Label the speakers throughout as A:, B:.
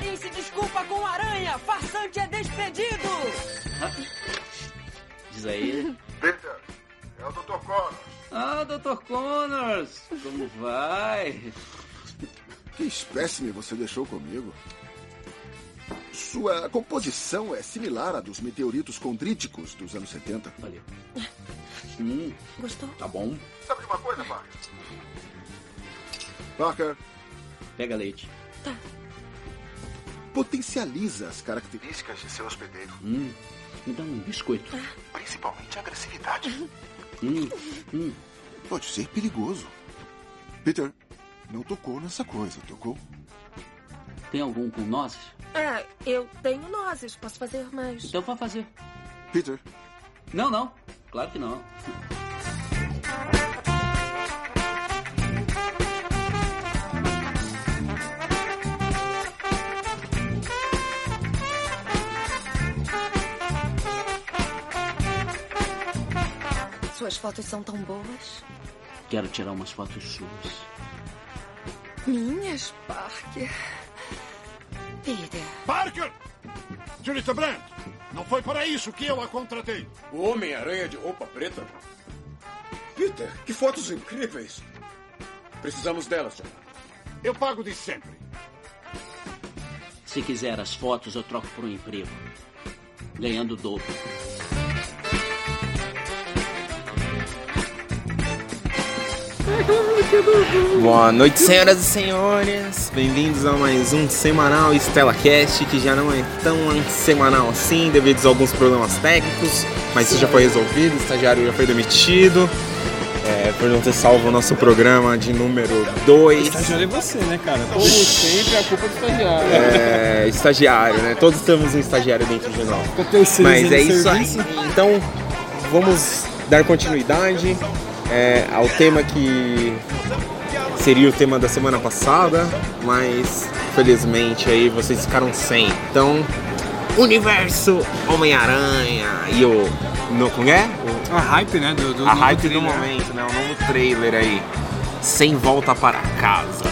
A: Ninguém se desculpa com aranha. Farsante é despedido.
B: Diz aí.
C: Peter, é o Dr. Connors.
B: Ah, Dr. Connors, como vai?
C: Que espécime você deixou comigo? Sua composição é similar à dos meteoritos condríticos dos anos 70.
B: Valeu. Hum,
A: Gostou?
B: tá bom.
C: Sabe de uma coisa, Parker? Parker,
B: Pega leite.
C: potencializa as características de seu hospedeiro,
B: Hum, me dá um biscoito.
C: principalmente a agressividade.
B: Hum, hum.
C: Pode ser perigoso. Peter, não tocou nessa coisa, tocou?
B: Tem algum com nozes?
D: É, eu tenho nozes, posso fazer mais.
B: Então vá fazer.
C: Peter,
B: Não, não. Claro que não.
D: Suas fotos são tão boas.
B: Quero tirar umas fotos suas.
D: Minhas, Parker. Peter.
E: Parker! Julita Brandt! Não foi para isso que eu a contratei.
F: O Homem-Aranha de roupa preta? Peter, que fotos incríveis! Precisamos delas, John.
E: Eu pago de sempre.
B: Se quiser as fotos, eu troco por um emprego. Ganhando o dobro.
G: Boa noite, senhoras e senhores. Bem-vindos a mais um semanal StelaCast, que já não é tão semanal assim, devido a alguns problemas técnicos, mas isso já foi resolvido, o estagiário já foi demitido, é, por não ter salvo o nosso programa de número 2.
H: Estagiário é você, né, cara? Como sempre, a culpa é do estagiário. É.
G: É, estagiário, né? Todos temos um estagiário dentro de nós. Mas é isso aí. Então, vamos dar continuidade é, ao tema que seria o tema da semana passada, mas infelizmente aí vocês ficaram sem. Então, Universo Homem-Aranha e o. No, como é? O-
H: A hype, né? Do, do
G: a
H: do
G: hype do
H: trailer.
G: momento, né? O novo trailer aí. Sem volta para casa.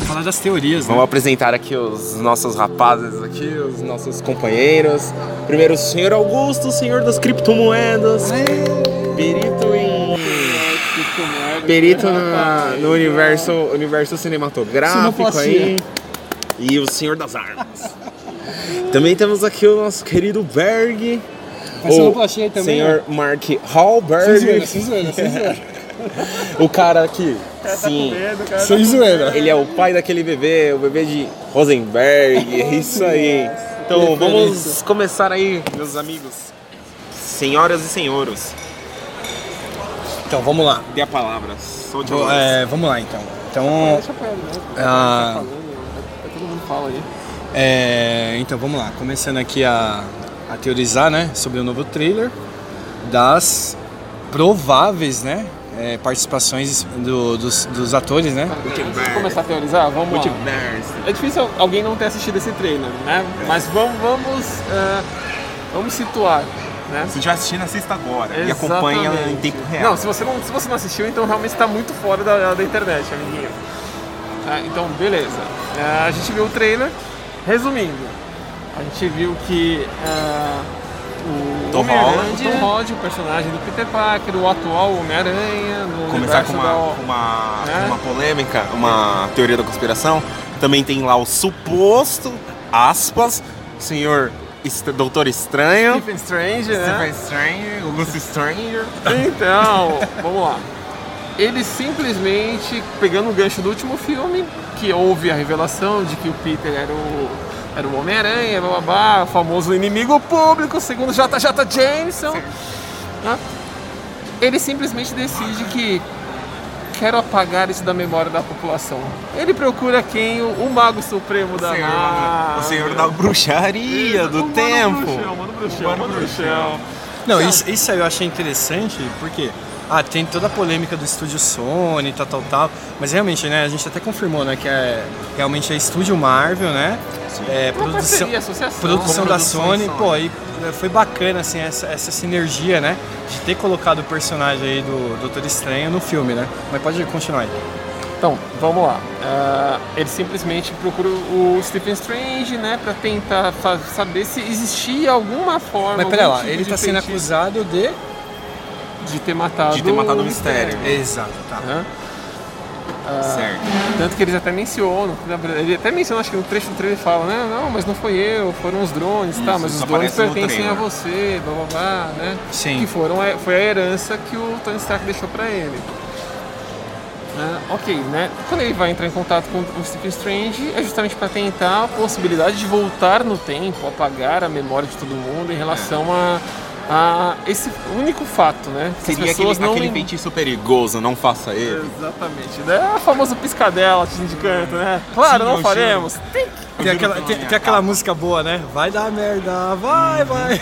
H: Falar das teorias, né?
G: Vamos apresentar aqui os nossos rapazes aqui, os nossos companheiros. Primeiro o senhor Augusto, o senhor das criptomoedas. Perito em. Perito na- no universo, universo cinematográfico aí.
H: Sinoplastia.
G: E o senhor das armas. Também temos aqui o nosso querido Berg.
H: Mas sinoplastia aí também, né?
G: Senhor Mark Hallberg.
H: Sem zoeira, sem zoeira, sem zoeira.
G: O cara aqui. Sim.
H: Sem zoeira.
G: Ele é o pai daquele bebê, o bebê de Rosenberg, é isso aí. Então vamos começar aí, meus amigos. Senhoras e senhores.
H: Então, vamos lá.
G: Dê a palavra. Sou de
H: Bom,
G: voz.
H: é, vamos lá, então. Então... ah, É, então vamos lá, começando aqui a, a teorizar né, sobre o novo trailer das prováveis né, é, participações do- dos, dos atores, né?
I: Vamos começar a teorizar? Vamos lá. É difícil alguém não ter assistido esse trailer, né?
G: É.
I: Mas vamos, vamos, ah, vamos situar, né?
G: Se estiver assistindo, assista agora. E
I: Exatamente.
G: acompanha em tempo real.
I: Não, se você não, se você não assistiu, então realmente está muito fora da, da internet, amiguinho. Ah, então, beleza. Ah, a gente viu o trailer. Resumindo, a gente viu que ah, o
G: Tom
I: Homem-Aranha,
G: Holland.
I: o Tom Holland, o personagem do Peter Parker, o atual Homem-Aranha, no
G: Começar com
I: universo
G: uma,
I: da-
G: com uma,
I: É.
G: uma polêmica, uma teoria da conspiração. Também tem lá o suposto, aspas, senhor est- Doutor Estranho.
I: Stephen Strange, né?
G: Strange, Augusto Stranger.
I: Então, vamos lá. Ele simplesmente, pegando o gancho do último filme, que houve a revelação de que o Peter era o, era o Homem-Aranha, bababá, o famoso inimigo público, segundo JJ Jameson. né? Ele simplesmente decide que quero apagar isso da memória da população. Ele procura quem? O, o Mago Supremo da Marvel.
G: o senhor da bruxaria,
I: O
G: do
I: Mano
G: tempo.
I: Bruxão, Mano Bruxão,
G: Mano
I: Mano Bruxão.
H: Não, isso, isso aí eu achei interessante, porque ah, tem toda a polêmica do estúdio Sony, tal, tal, tal. Mas realmente, né, a gente até confirmou, né, que é realmente é estúdio Marvel, né? É,
I: Uma
H: produção,
I: parceria, associação.
H: produção da Sony,
G: Sony.
H: pô, e é, foi bacana assim essa, essa sinergia, né? De ter colocado o personagem aí do Doutor Estranho no filme, né? Mas pode continuar aí.
I: Então, vamos lá. Ah, ele simplesmente procura o Stephen Strange, né, pra tentar fa- saber se existia alguma forma.
H: Mas pera
I: algum
H: lá,
I: tipo
H: ele
I: de
H: tá sendo
I: feitiço
H: acusado de.
I: de ter matado,
G: de ter matado o mistério.
H: Exato, tá.
I: né?
G: Certo.
I: Tanto que eles até mencionam, na verdade, ele até menciona, acho que no trecho do trailer ele fala, né, não, não, mas não foi eu, foram os drones, tá,
G: Isso,
I: mas os
G: isso
I: drones
G: aparece no
I: pertencem a
G: trailer.
I: você, blá blá blá, né?
H: Sim.
I: Que foram, é, foi a herança que o Tony Stark deixou pra ele. Ah, ok, né? Quando ele vai entrar em contato com o Stephen Strange, é justamente pra tentar a possibilidade de voltar no tempo, apagar a memória de todo mundo em
G: É.
I: relação a, a esse único fato, né? Que as
G: Seria
I: pessoas
G: aquele, aquele
I: lem-
G: feitiço perigoso, não faça ele.
I: Exatamente, né? A famosa piscadela te indicando, né? Claro,
H: Sim, eu
I: não
H: juro.
I: faremos. Tem que-
H: Tem um- aquela, tem, tem aquela música boa, né? Vai dar merda, vai, vai.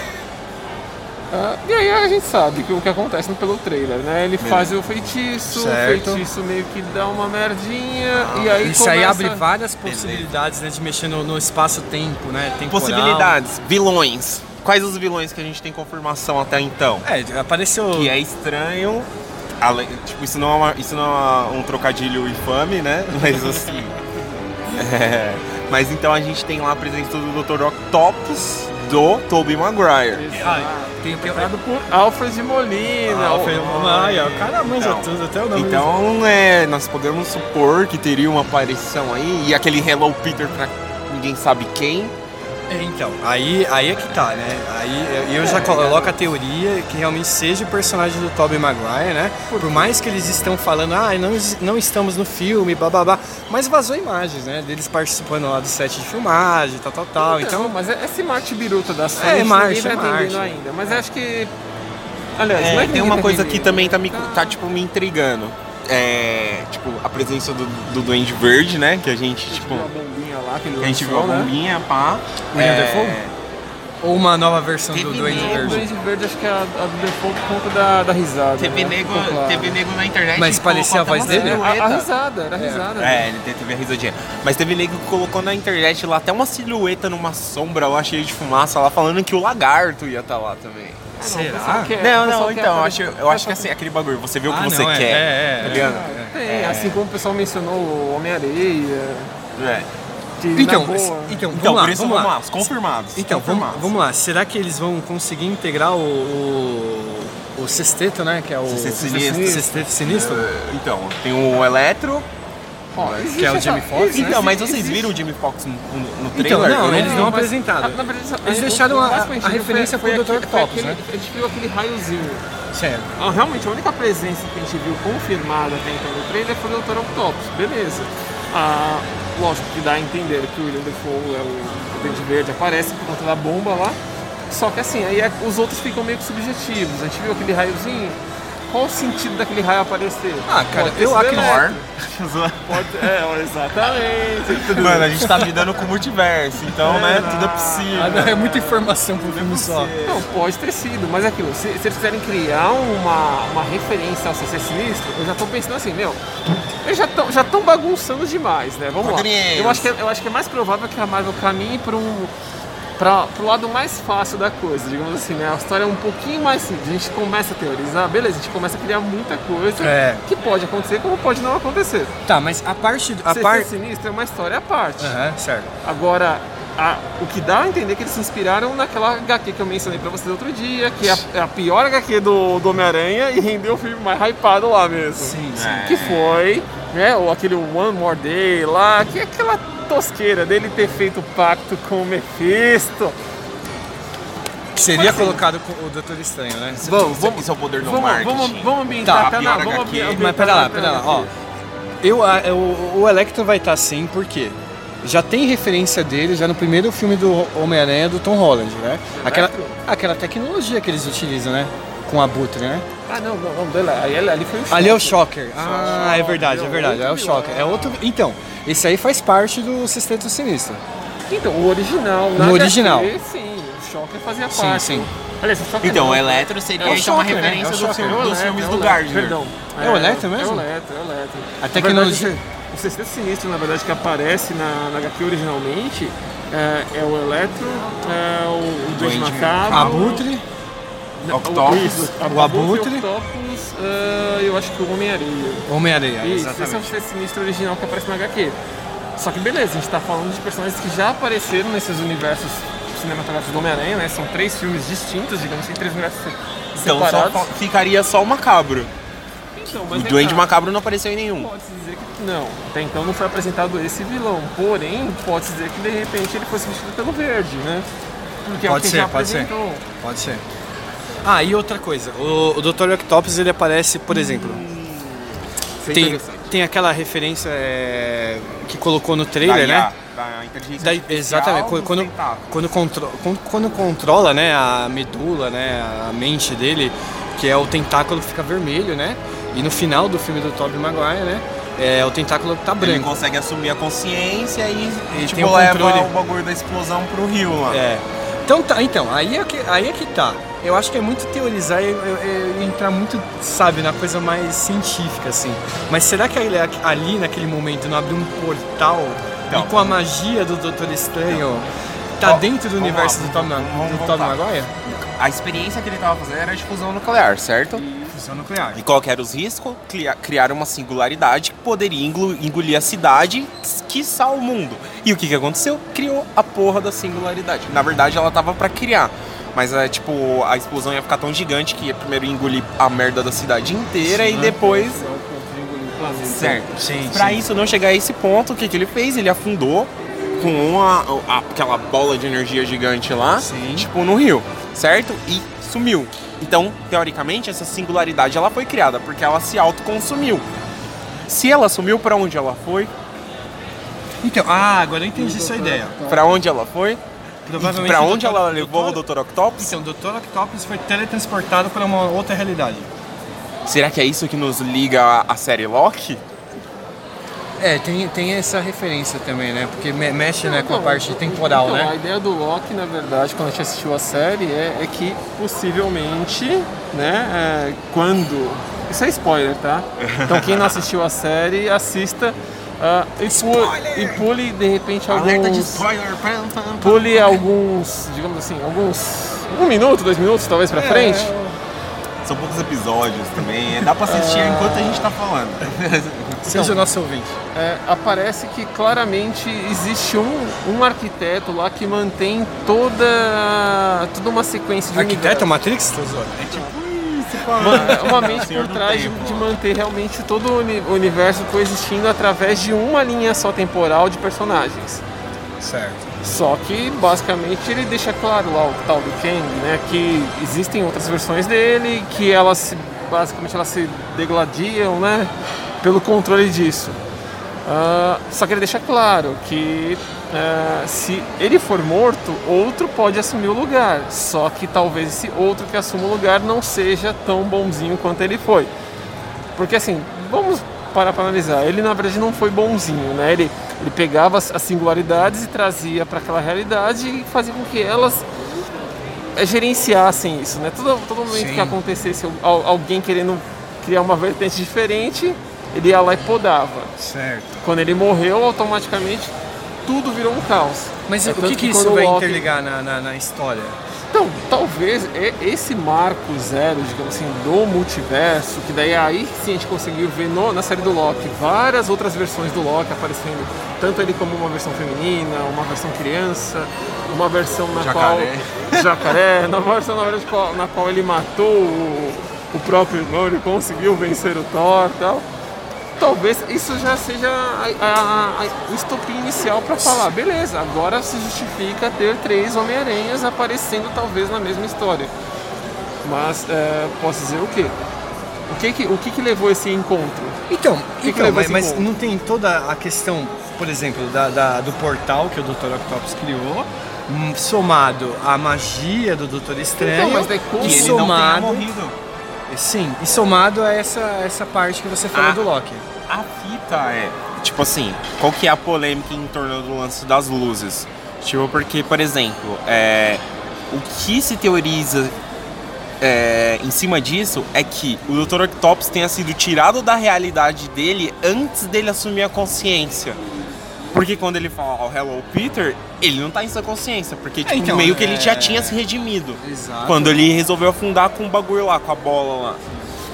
I: Ah, e aí a gente sabe que o que acontece pelo trailer, né? Ele faz o feitiço,
H: Certo.
I: o feitiço meio que dá uma merdinha, e aí
H: Isso aí
I: começa-
H: abre várias possibilidades, né? De mexer no, no espaço-tempo, né? Temporal.
G: Possibilidades, vilões. Quais os vilões que a gente tem confirmação até então?
H: É, apareceu.
G: Que é estranho. além- tipo, isso não é, uma- isso não é uma- um trocadilho infame, né? Mas assim. é. Mas então a gente tem lá a presença do Dr. Octopus do Tobey Maguire.
H: Ah, Tem que.
I: Dado por Alfred de Molina.
H: Ah, foi-
I: o-
H: Ai, ó, o cara manja
G: Então,
H: tudo, até o nome.
G: Então, é, nós podemos supor que teria uma aparição aí e aquele Hello Peter pra ninguém sabe quem.
H: É, Então, aí, aí é que tá, né? Aí eu eu já coloco a teoria que realmente seja o personagem do Tobey Maguire, né? Por mais que eles estão falando, ah, não, es- não estamos no filme, bababá, mas vazou imagens, né? Deles participando lá do set de filmagem, tal, tal, tal.
I: Então,
H: Então,
I: mas é- esse Marte Biruta da Sony,
H: É,
I: ninguém
H: Marte,
I: tá
H: é Marte.
I: entendendo ainda. Mas acho que... Aliás,
G: É,
I: não é que
G: tem
I: ninguém
G: uma
I: tá
G: coisa que
I: entendendo.
G: também tá me, tá, tipo, me intrigando. É, tipo, a presença do, do Duende Verde, né? Que a gente, tipo,
I: Uma bombinha lá que ele
G: a gente viu a
I: lançou, né?
G: bombinha, É. pá.
H: William Dafoe? ou então, uma nova versão do
G: Teve
H: Duende
G: medo,
I: O
H: Verde.
I: Duende Verde acho que é a, a do default por conta da, da risada.
G: Teve
I: né?
G: nego,
I: Ficou claro.
G: teve nego na internet.
H: Mas
G: que colocou
H: parecia a
G: até
H: voz
G: uma
H: dele?
I: A, é a
G: silhueta.
I: risada, era a risada. né?
G: É, ele te- teve a risadinha. Mas teve nego que colocou na internet lá até uma silhueta numa sombra lá cheia de fumaça lá falando que o lagarto ia estar lá também.
H: Será?
I: Quer-
G: Não,
I: o
G: não,
I: pessoal quer
G: então, eu acho,
I: aparecer-
G: eu acho que assim, aquele bagulho, você vê o que
H: Ah,
G: você
H: não, é,
G: quer.
H: é, é,
G: tá ligado?
I: Tem, assim como o pessoal mencionou o Homem-Areia,
G: É.
I: que
H: Então,
I: na boa...
H: então, vamos
G: Então,
H: lá,
G: por isso
H: vamos lá.
G: os confirmados.
H: Então, vamos,
G: confirmados.
H: vamos lá. Será que eles vão conseguir integrar o, o, o sexteto, né? Que é o
G: Sexteto sinistro.
H: Sexteto sinistro?
G: É, Então, tem o Eletro.
I: Ó,
H: que é o
I: existe
H: Jamie
I: essa-
H: Foxx, né?
G: Então, mas vocês
I: existe-
G: viram o Jimmy Fox no, no- no trailer?
H: Então, não,
G: Eu
H: eles
G: vi.
H: não
I: mas-
H: apresentaram.
I: Ah, na verdade,
H: Eles
I: o-
H: deixaram
I: o
H: a-
I: máximo
H: a
I: gente viu
H: referência
I: foi-
H: pro
I: foi
H: Dr.
I: aquele-
H: Octopus, né?
I: foi aquele- A gente viu aquele raiozinho.
H: Sério.
I: Ah, Realmente, a única presença que a gente viu confirmada até então no trailer foi o Dr. Octopus, beleza. Ah, lógico que dá a entender que o William Defoe é o o Dente Verde, aparece por conta da bomba lá. Só que assim, aí é- os outros ficam meio que subjetivos. A gente viu aquele raiozinho. Qual o sentido daquele raio aparecer?
H: Ah, cara,
I: Pode ter
H: eu
I: sido
H: acredito-
G: é
I: elétrico,
G: Zoa-
I: Pode... É, ó, exatamente.
G: Mano, a gente tá lidando com o multiverso, então, né, tudo é possível.
H: é muita informação pro filme só.
I: Não, pode ter sido, mas é aquilo, se, se eles quiserem criar uma, uma referência ao CC Sinistro, eu já tô pensando assim, meu, eles já estão já tão bagunçando demais, né? Vamos lá.
G: Quadrinhos.
I: Eu acho, que, é- eu acho que é mais provável que a Marvel caminhe para um. Pra, pro lado mais fácil da coisa, digamos assim, né? A história é um pouquinho mais simples. A gente começa a teorizar, beleza, a gente começa a criar muita coisa
H: É.
I: que pode acontecer, como pode não acontecer.
H: Tá, mas a parte. A
I: CC
H: parte.
I: Sinistro é uma história à parte.
H: Aham, certo.
I: Agora, a- o que dá a entender é que eles se inspiraram naquela HQ que eu mencionei pra vocês outro dia, que é a, é a pior HQ do, do Homem-Aranha e rendeu o filme mais hypado lá mesmo.
H: Sim, sim.
I: Que foi, né, ou aquele One More Day lá, que é aquela tosqueira dele ter feito pacto com o Mephisto.
H: Seria colocado com o Doutor Estranho, né?
G: Vamos, vamos. Isso é o poder do
I: Vamos,
G: marketing.
I: vamos, vamos ambientar,
G: Tá,
I: tá,
G: pior
I: na, vamos
G: HQ.
I: ambientar.
H: Mas pera lá,
I: tá
H: pera
I: na
H: lá, ó.
I: HQ.
H: Eu, a- eu- o Electro vai estar sim, por quê? Já tem referência dele já no primeiro filme do Homem-Aranha do Tom Holland, né? Aquela, aquela tecnologia que eles utilizam, né? Com a Butre, né?
I: Ah, não, não, não, dela, aí ali foi o
H: Ali é o
I: choque.
H: Shocker. Ah, é verdade, é verdade. É o Shocker. É outro. Então, esse aí faz parte do Sexteto Sinistro.
I: Então, o original, na
H: No original.
I: HQ, sim, o Shocker fazia
H: Sim,
I: parte.
H: sim.
I: Aliás, o Shocker
G: Então,
I: não,
G: o Eletro seria
I: É o
G: então uma
H: Shocker, né? É
G: referência
H: o
G: do
H: Shocker.
G: filme-
I: É o
G: dos
I: Electro,
G: filmes
I: é o
G: do
I: Electro,
G: Gardner.
I: Perdão.
H: É o Electro mesmo?
I: É o Electro, é o Electro.
H: A
I: Na verdade,
H: tecnologia-
I: o Sexteto Sinistro, na verdade, que aparece na, na HQ originalmente, é, é o Electro, é o, o Duende
G: Duende
I: Macabro,
H: Abutre,
I: Não,
G: Octopus.
I: né? isso,
H: O Abutre.
I: e Octopus, ah, eu acho que o Homem-Areia.
H: Homem-Areia,
I: Isso, esse é o
H: exatamente.
I: ser sinistro original que aparece na HQ. Só que beleza, a gente tá falando de personagens que já apareceram nesses universos cinematográficos do Homem-Aranha, né? São três filmes distintos, digamos assim, três universos se-
G: Então só
I: separados.
G: fa- ficaria só o Macabro.
I: Então,
G: O
I: mas aí
G: Duende
I: tá.
G: Macabro não apareceu em nenhum.
I: Pode-se dizer que não. Até então não foi apresentado esse vilão. Porém, pode-se dizer que de repente ele foi substituído pelo verde, né? Porque é o
H: Pode
I: que
H: ser,
I: já
H: pode ser.
I: apresentou.
H: Pode ser. Ah, e outra coisa, o, o Dr. Octopus ele aparece, por exemplo,
G: Isso é
H: tem,
G: Hum. interessante.
H: tem aquela referência é, que colocou no
G: Da
H: trailer,
G: IA,
H: né?
G: Da inteligência
H: Da-
G: artificial
H: exatamente,
G: dos
H: quando, quando,
G: tentáculos.
H: quando contro- quando- quando controla né, a medula, né, a mente dele, que é o tentáculo que fica vermelho, né? E no final do filme do Tobey Maguire, né? É o tentáculo que tá
G: Ele
H: branco.
G: consegue assumir a consciência e,
H: Ele
G: tipo,
H: tem o
G: leva
H: controle.
G: o bagulho da explosão pro rio lá.
H: É. Então tá, então, aí é que, aí é que tá. Eu acho que é muito teorizar e, e- e entrar muito, sabe, na coisa mais científica, assim. Mas será que ali, ali, naquele momento não abre um portal
G: Não.
H: e com a magia do Doutor Estranho tá
G: Ó,
H: dentro do
G: vamos
H: universo
G: lá,
H: do Tom,
G: vamos- vamos
H: do Tom
G: voltar.
H: Maguire?
G: A experiência que ele tava fazendo era de fusão nuclear, certo?
H: Fusão nuclear.
G: E qual que era os riscos? Cria- Criar uma singularidade que poderia englu- engolir a cidade, quiçá o mundo. E o que que aconteceu? Criou a porra da singularidade. Na verdade, ela tava pra criar. Mas é tipo, a explosão ia ficar tão gigante que ia primeiro engolir a merda da cidade inteira e depois. Certo.
H: Sim,
G: Pra isso não chegar a esse ponto, o que, que ele fez? Ele afundou com uma, a- aquela bola de energia gigante lá,
H: Sim.
G: tipo no rio, certo? E sumiu. Então, teoricamente, essa singularidade ela foi criada porque ela se autoconsumiu. Se ela sumiu, pra onde ela foi?
H: Então, ah, agora eu entendi sua ideia.
G: Pra onde ela foi? E
H: Então, Provavelmente
G: pra
H: o
G: onde
H: Dr.
G: ela levou o Dr. Octopus?
H: Então, o Dr. Octopus foi teletransportado para uma outra realidade.
G: Será que é isso que nos liga à- à série Loki?
H: É, tem, tem essa referência também, né? Porque me- mexe né, com a
I: Então,
H: parte temporal,
I: então, A
H: né?
I: ideia do Loki, na verdade, quando a gente assistiu a série, é, é que possivelmente, né, é, quando. Isso é spoiler, tá? Então quem não assistiu a série, assista. ah, e, pu- e pule de repente alguns.
G: spoiler!
I: Pule alguns, digamos assim, alguns. Um minuto, dois minutos, talvez pra frente.
G: São poucos episódios também, é- dá pra assistir enquanto a gente tá falando.
I: então.
H: Seja nosso ouvinte.
I: É, aparece que claramente existe um, um arquiteto lá que mantém toda, toda uma sequência de
H: Arquiteto
I: universo.
H: Matrix?
I: Uma- uma mente
G: Senhor
I: por
G: do
I: trás de,
G: Tempo,
I: de
G: ó.
I: manter realmente todo o uni- o universo coexistindo através de uma linha só temporal de personagens.
H: Certo.
I: Só que basicamente ele deixa claro lá o tal do Kang, né, que existem outras versões dele, que elas se- basicamente elas se degladiam, né, pelo controle disso. Ah, só que ele deixa claro que ah, se ele for morto, outro pode assumir o lugar. Só que talvez esse outro que assuma o lugar não seja tão bonzinho quanto ele foi. Porque assim, vamos parar para analisar. Ele na verdade não foi bonzinho, né? Ele, ele pegava as, as singularidades e trazia para aquela realidade e fazia com que elas eh, gerenciassem isso, né? Todo, todo momento
H: Sim.
I: que acontecesse al- al- alguém querendo criar uma vertente diferente, ele ia lá e podava.
H: Certo.
I: Quando ele morreu, automaticamente tudo virou um caos.
H: Mas
I: É
H: o
I: tanto
H: que, que
I: quando
H: isso vai
I: o Loki-
H: interligar na, na, na história?
I: Então, talvez e- esse marco zero, digamos assim, do multiverso, que daí aí sim a gente conseguiu ver no- na série do Loki várias outras versões do Loki aparecendo, tanto ele como uma versão feminina, uma versão criança, uma versão na
G: Jacaré.
I: qual. Jacaré, na versão na, verdade, qual- na qual ele matou o, o próprio irmão, ele conseguiu vencer o Thor e tal. Talvez isso já seja a- a- a- o estopim inicial para falar, beleza, agora se justifica ter três Homem-Aranhas aparecendo talvez na mesma história. Mas é, posso dizer o quê? O que que, o que, que levou esse encontro?
H: Então,
I: que
H: então
I: levou
H: mas,
I: esse
H: mas
I: ponto?
H: não tem toda a questão, por exemplo, da, da- do portal que o Dr. Octopus criou, hum, somado à magia do Doutor Estranho
I: Então, mas daí como-
H: e
I: E ele não
H: somado...
G: morrido.
H: Sim, e somado a essa, essa parte que você falou
G: Ah.
H: do Loki.
G: A fita é. Tipo assim, qual que é a polêmica em torno do lance das luzes? Tipo, porque, por exemplo, é, o que se teoriza é, em cima disso é que o Dr. Octopus tenha sido tirado da realidade dele antes dele assumir a consciência. Porque quando ele fala oh, Hello Peter, ele não tá em sua consciência, porque tipo,
J: então,
G: meio que ele já
J: é.
G: tinha se redimido.
H: Exato.
G: Quando ele resolveu afundar com o bagulho lá, com a bola lá.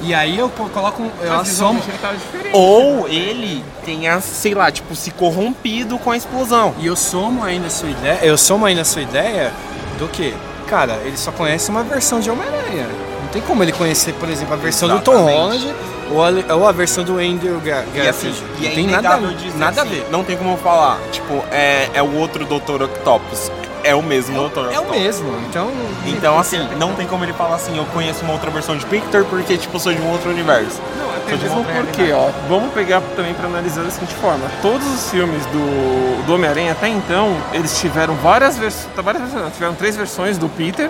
H: E aí eu co- coloco. um- Eu assomo.
I: Tá
G: Ou ele tenha, sei lá, tipo, se corrompido com a explosão.
H: E eu somo ainda a sua ideia. Eu somo ainda a sua ideia do que? Cara, ele só conhece uma versão de Homem-Aranha. Não tem como ele conhecer, por exemplo, a versão do Tom
G: Exatamente.
H: Holland ou a, ou a versão do Andrew Gar-
G: E assim,
H: Garfield.
G: e
H: não
G: é
H: tem nada,
G: inegável dizer
H: nada
G: assim,
H: a ver.
G: Não tem como eu falar. Tipo, é, é o outro Dr. Octopus. É o mesmo Dr.
H: É o
G: Octopus.
H: mesmo, então.
G: Então, assim, não tem como ele falar assim, eu conheço uma outra versão de Pictor porque, tipo, sou de um outro universo.
I: Não, até
G: Todo
I: mesmo
G: mundo é
I: porque, ó, vamos pegar também pra analisar da seguinte forma. Todos os filmes do, do Homem-Aranha até então, eles tiveram várias versões, várias versões, não, tiveram três versões do Peter,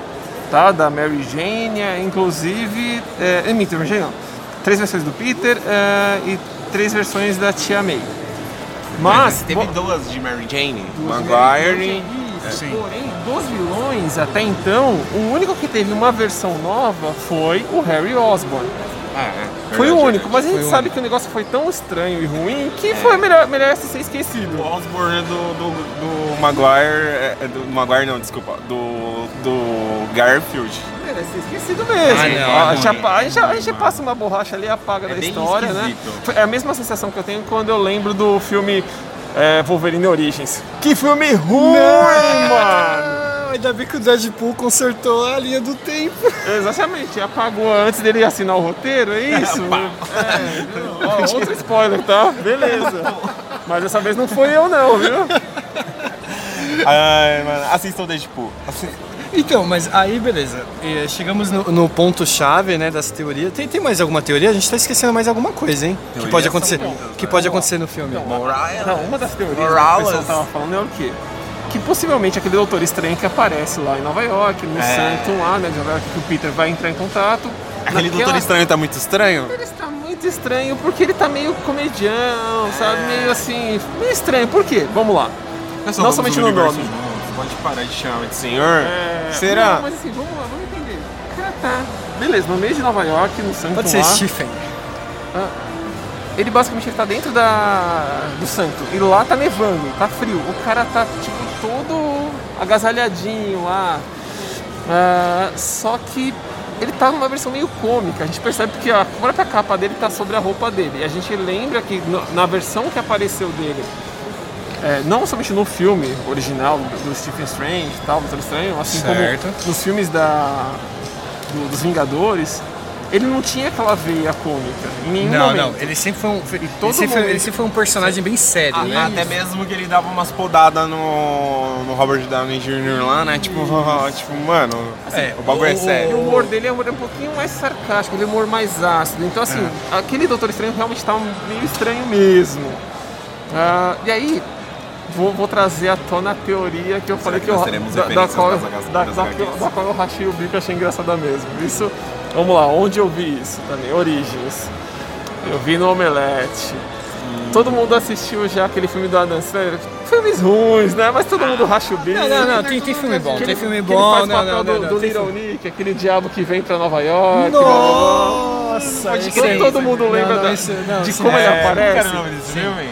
I: tá? Da Mary Jane, eh, inclusive, é, eh, minto, Mary Jane não. Três versões do Peter eh, e três versões da Tia May. Mas,
G: Ah, teve
I: bo-
G: duas de Uhum. Mary Jane.
I: Duas
G: Maguire.
I: vilões, isso, Porém, dos vilões até então, o único que teve uma versão nova foi o Harry Osborn. Foi o único, mas a gente
H: Foi o
I: sabe que o negócio foi tão estranho e ruim que foi melhor, melhor esse ser esquecido.
G: O Osborne é do, do, do Maguire. é, é, Do Maguire não, desculpa. Do. Do Garfield.
I: Melhor
H: é
I: ser esquecido mesmo.
G: Ah, não,
I: Ó,
G: é
I: a, gente,
G: ruim,
I: apa- a gente- a
G: é
I: gente passa uma borracha ali e apaga
G: É
I: da
G: bem
I: história, né?
G: esquisito.
I: Foi- É a mesma sensação que eu tenho quando eu lembro do filme é, Wolverine Origins. Que filme ruim, mano!
H: Ah, ainda bem que o Deadpool consertou a linha do tempo.
I: Exatamente, apagou antes dele assinar o roteiro, é isso? É, viu? Ó, outro spoiler, tá? Beleza. Mas dessa vez não foi eu não, viu?
G: Ai, mano. Assistam o Deadpool. Assi-
H: Então, mas aí beleza. É, chegamos no, no ponto-chave né, das teorias. Tem, tem mais alguma teoria? A gente tá esquecendo mais alguma coisa, hein? que pode acontecer. Que
G: né?
H: pode acontecer no filme.
I: Não, uma das teorias que o pessoal tava falando é o quê? Que possivelmente aquele doutor estranho que aparece lá em Nova York, no Santo lá, né, de Nova York, que o Peter vai entrar em contato.
G: Aquele
I: Naquela-
G: Doutor Estranho tá muito estranho?
I: Ele está muito estranho porque ele tá meio comedião, sabe? Meio assim, meio estranho. Por quê? Vamos lá. Não somente no nome.
G: Pode parar de chamar de senhor.
I: É,
G: Será?
I: Não, mas assim, vamos lá, vamos entender. O cara tá. Beleza, no meio de Nova York, no Santo
H: Pode
I: lá,
H: ser Stephen.
I: ele basicamente ele tá dentro da, do Santo. E lá tá nevando, tá frio. O cara tá, tipo, todo agasalhadinho lá. Ah, só que ele tá numa versão meio cômica. A gente percebe que a própria capa dele tá sobre a roupa dele. E a gente lembra que no- na versão que apareceu dele é, não somente no filme original do Stephen Strange e tal, Doutor Estranho, assim
H: Certo.
I: como nos filmes da, do- dos Vingadores, ele não tinha aquela veia cômica. Em nenhum
H: Não,
I: momento.
H: não. Ele sempre foi um.
I: todo
H: ele, sempre foi,
I: momento-
H: ele sempre foi um personagem bem sério, né?
G: Até mesmo que ele dava umas podadas no, no Robert Downey Jr. lá, né? Tipo, tipo mano,
H: É,
G: o bagulho é
H: o-
I: E o
G: sério.
I: humor dele é um humor um pouquinho mais sarcástico, ele é um humor mais ácido. Então, assim,
G: É.
I: aquele Doutor Estranho realmente tá meio estranho mesmo. Ah, e aí, vou, vou trazer à tona a teoria que eu falei
G: que
I: que, eu,
G: nós teremos
I: da, da,
G: referências
I: qual,
G: das HQs?
I: da, da, da qual eu rachei o bico e achei engraçada mesmo. Isso, vamos lá, onde eu vi isso também? Origens. Eu vi no Omelete. Todo mundo assistiu já aquele filme do Adam Sandler. Filmes ruins, né? Mas todo mundo racha o bico.
H: Não, não, não. Tem, tem filme bom.
I: Que
H: Tem
I: ele-
H: filme
I: que ele faz
H: bom.
I: o
H: Não,
I: papel
H: não,
I: do,
H: não.
I: do
H: não, tem
I: Little
H: filme-
I: Nick, aquele diabo que vem pra Nova York.
H: Nossa,
I: Pode
H: esse
I: crer,
H: aí.
I: todo mundo
H: Não,
I: lembra
H: não,
I: da-
H: esse- não,
I: de
H: esse-
I: como ele
H: é,
I: aparece.
G: o nome desse filme?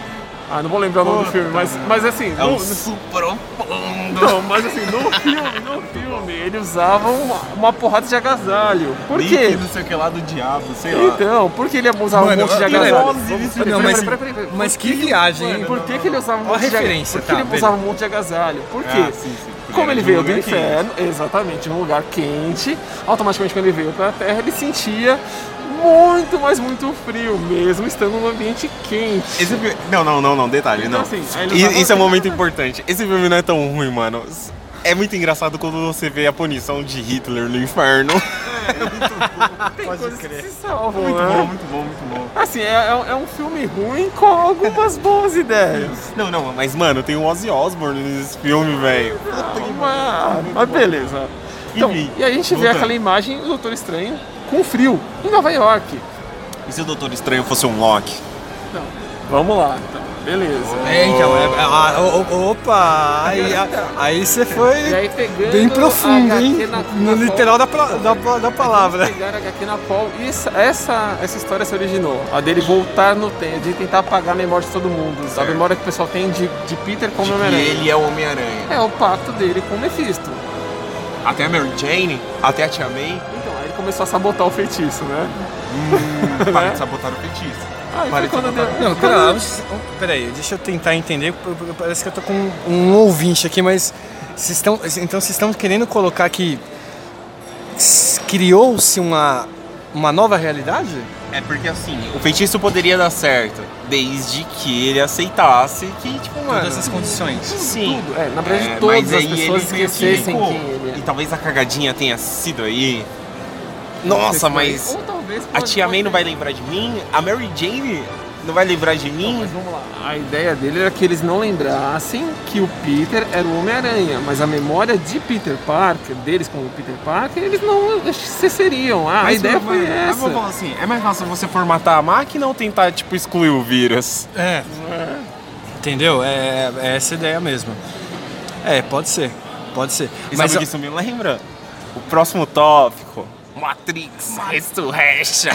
I: Ah, não vou lembrar o nome do filme, mas, mas assim,
G: É um
I: no,
G: suprofundo.
I: não, mas assim, no filme, no filme, ele usava uma, uma porrada de agasalho. Por quê?
G: não sei o que lá do diabo, sei lá.
I: Então, por que ele usava um
H: Mano,
I: monte de
H: eu- eu-
I: agasalho?
H: não,
I: Vamos-
H: mas-
I: peraí, peraí, peraí, peraí, peraí.
H: Mas que viagem, hein?
I: Por que, que ele usava um
H: Ó a
I: monte de
H: referência,
I: Por que
H: tá,
I: ele usava um monte de agasalho? Por quê?
G: Ah, sim, sim, porque
I: Como
G: era
I: ele
G: de um
I: veio do
G: lugar quente.
I: inferno, exatamente, de um lugar quente, automaticamente quando ele veio pra Terra, ele sentia muito, mas muito frio, mesmo estando num ambiente quente.
G: Esse filme... Não, não, não, não, detalhe,
I: Então,
G: não.
I: assim, aí ele usava-
G: I- Isso é um momento importante. Esse filme não é tão ruim, mano. É muito engraçado quando você vê a punição de Hitler no inferno.
I: É, Tem coisas que se salvam,
G: Muito
I: né?
G: bom, muito bom, muito bom.
I: Assim, é, é um- é um filme ruim com algumas boas ideias.
G: Não, não, mas mano, tem o Ozzy Osbourne nesse filme, velho. Ah,
I: Mas, Ah, mas beleza. Então,
G: Enfim,
I: e a gente vê
G: voltando.
I: aquela imagem do Doutor Estranho com frio, em Nova York.
G: E se o Doutor Estranho fosse um Loki?
I: Vamos lá. então. Beleza.
H: É, então, é, ah, o- o- opa, aí, a- aí você foi
I: E aí pegando
H: bem profundo,
I: a
H: hein?
I: HQ na-
H: No
I: na
H: literal da,
I: pau.
H: pra- da, pa- da palavra.
I: Pegaram a HQ na pau e essa, essa, essa história se originou. A dele voltar no tempo, de tentar apagar a memória de todo mundo. A memória que o pessoal tem de, de Peter como
G: E
I: Um Homem-Aranha.
G: ele é o Homem-Aranha.
I: É o pacto dele com o Mephisto.
G: Até a Mary Jane, até a Tia May,
I: Então, aí ele começou a sabotar o feitiço, né?
G: para de sabotar o feitiço.
I: Aí
G: Para de
I: foi quando deu.
G: sabotar.
H: Não, pera lá, peraí, deixa eu tentar entender, p- p- parece que eu tô com um ouvinte aqui, mas vocês estão, então vocês estão querendo colocar que s- criou-se uma, uma nova realidade?
G: É porque assim, o feitiço poderia dar certo desde que ele aceitasse que, tipo, mano.
H: Todas essas condições.
G: Sim.
I: Tudo, é, na verdade,
G: É,
I: todas
G: mas
I: as
G: aí
I: pessoas
G: ele meio
I: esquecessem
G: pô,
I: quem ele é.
G: E talvez a cagadinha tenha sido aí. Nossa, mas
I: Ou talvez
G: a
I: pode-
G: tia May
I: pode-
G: não vai lembrar de mim? A Mary Jane não vai lembrar de
I: Não,
G: mim?
I: mas vamos lá. A ideia dele era que eles não lembrassem que o Peter era o Homem-Aranha, mas a memória de Peter Parker, deles como Peter Parker, eles não cessariam. Ah, a
G: Mas,
I: ideia foi
G: mano, mas
I: essa.
G: vamos falar assim, é mais fácil você formatar a máquina ou tentar, tipo, excluir o vírus?
H: É. Entendeu? É, é essa ideia mesmo. É, pode ser. Pode ser.
G: E
H: Mas
G: sabe o que isso me lembra? O próximo tópico. Matrix, Resurrection.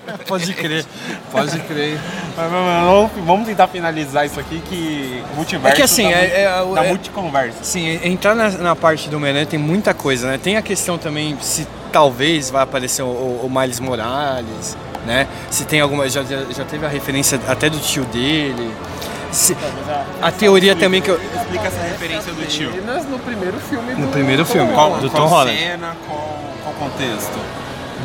H: pode crer. Pode crer.
G: Mas, mano, vamos- Vamos tentar finalizar isso aqui que o multiverso
H: É que assim,
G: dá
H: é-
G: muito-
H: é- é-
G: dá
H: é-
G: multiconversa.
H: Sim, entrar na, na parte do Homem-Aranha tem muita coisa, né? Tem a questão também se talvez vai aparecer o, o Miles Morales, né? Se tem alguma. Já, já já teve a referência até do tio dele. Se- a teoria também que eu.
G: Explica essa referência do tio.
I: Apenas no primeiro filme
H: No
I: do-
H: primeiro
I: do
H: filme.
I: Nolan.
H: Do Tom Holland.
G: cena, qual, qual contexto?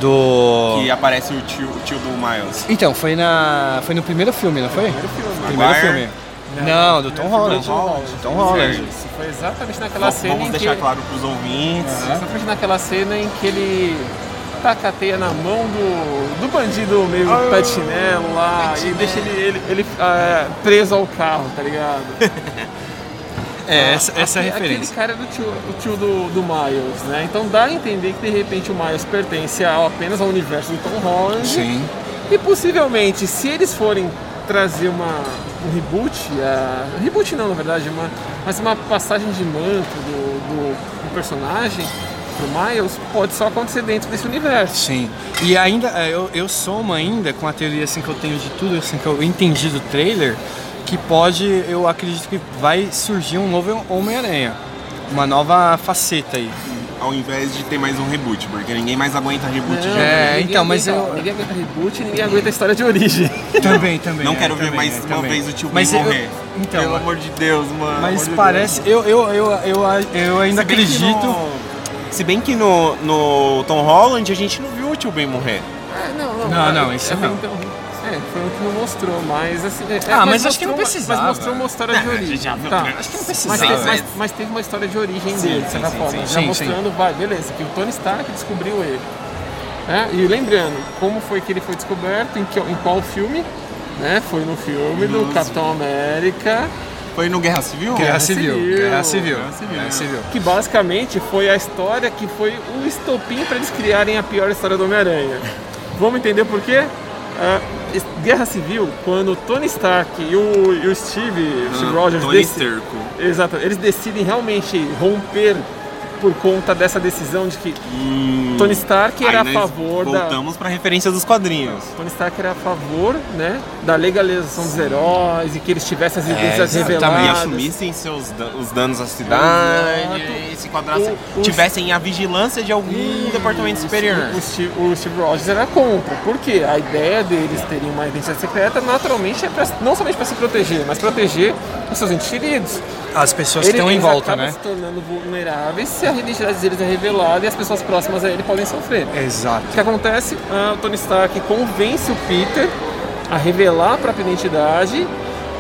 H: Do.
G: Que aparece o tio, o tio do Miles.
H: Então, foi na. Foi no primeiro filme, não foi? Primeiro filme.
G: Maguire?
H: Não, do Tom Holland.
G: Tom Holland.
H: Tom Holland.
G: Certo.
I: Foi exatamente naquela
G: Vamos
I: cena em que...
G: deixar claro pros ouvintes.
I: Exatamente naquela cena em que ele taca a teia na mão do, do bandido meio
G: Ah.
I: patinelo lá e deixa ele, ele, ele, ah, preso ao carro, tá ligado?
H: É, essa, essa é a
I: Aquele-
H: referência.
I: Aquele cara é do tio, o tio do, do Miles, né? Então dá a entender que de repente o Miles pertence ao- apenas ao universo do Tom Holland.
H: Sim.
I: E possivelmente, se eles forem trazer uma, um reboot, a, reboot não, na verdade, uma, mas uma passagem de manto do, do, do personagem pro Miles, pode só acontecer dentro desse universo.
H: Sim. E ainda, é, eu, eu somo ainda com a teoria assim que eu tenho de tudo, assim, que eu entendi do trailer, que pode, eu acredito que vai surgir um novo Homem-Aranha. Uma nova faceta aí.
G: Ao invés de ter mais um reboot, porque ninguém mais aguenta reboot né?
I: Não,
G: de
H: É,
I: ninguém
H: então, mas
I: aguenta,
H: eu-
I: Ninguém aguenta reboot, ninguém aguenta a história de origem.
H: Também, também.
G: Não
H: é,
G: quero ver
H: também,
G: mais
H: é,
G: uma
H: também.
G: vez o tio Ben
H: Mas eu-
G: morrer.
H: então,
G: Pelo amor de Deus, mano.
H: Mas
G: Amor de
H: parece, eu, eu, eu, eu, eu
G: Deus.
H: ainda
G: Se bem que
H: acredito.
G: no- Se bem que no, no Tom Holland a gente não viu o tio Ben morrer.
I: Ah, não,
H: Não, não, isso
I: é,
H: não.
I: Então, é, foi o que não mostrou, mas assim. é,
H: Ah, mas
I: mostrou
H: acho que não
I: uma-
H: precisava.
I: Mas mostrou uma história de origem. tá.
H: Acho que não
I: Mas,
H: precisava.
I: teve,
G: Sim,
I: mas,
G: mas-
I: mas teve uma história de origem
G: Sim,
I: dele, de certa
G: sim,
I: forma.
G: sim,
I: já
H: sim,
I: mostrando, vai, beleza, que o Tony Stark descobriu ele. né? E lembrando, como foi que ele foi descoberto, em, que- em qual filme? Né? Foi no filme do Capitão América,
G: Foi no Guerra Civil?
H: Guerra é Civil, Guerra Civil,
G: Guerra Civil.
H: Guerra Civil.
I: que basicamente foi a história que foi o estopim para eles criarem a pior história do Homem-Aranha. Vamos entender por quê? Ah, es- Guerra Civil, quando o Tony Stark e o, e o Steve, o Steve Rogers
G: Ah, Tony
I: desse-
G: Stark.
I: Exato, eles decidem realmente romper por conta dessa decisão de que Tony Stark era
G: Hum. Aí
I: a
G: nós
I: favor da
G: Voltamos pra referência dos quadrinhos.
I: Tony Stark era a favor, né, da legalização dos heróis e que eles tivessem as
G: Tá,
I: identidades
G: É,
H: exatamente.
G: E
I: reveladas.
G: assumissem seus dan- os danos à cidade,
I: Exato.
G: e se quadrassem,
I: O- o-
G: tivessem a vigilância de algum departamento superior.
I: O Steve, o Steve Rogers era contra, porque a ideia deles terem uma identidade secreta naturalmente é pra, não somente para se proteger, mas proteger os seus entes queridos.
H: As pessoas
I: Ele-
H: estão em
I: eles
H: volta,
I: acabam
H: né?
I: se tornando vulneráveis se a identidade deles é revelada e as pessoas próximas a ele podem sofrer.
H: Exato.
I: O que acontece? Ah, o Tony Stark convence o Peter a revelar a própria identidade.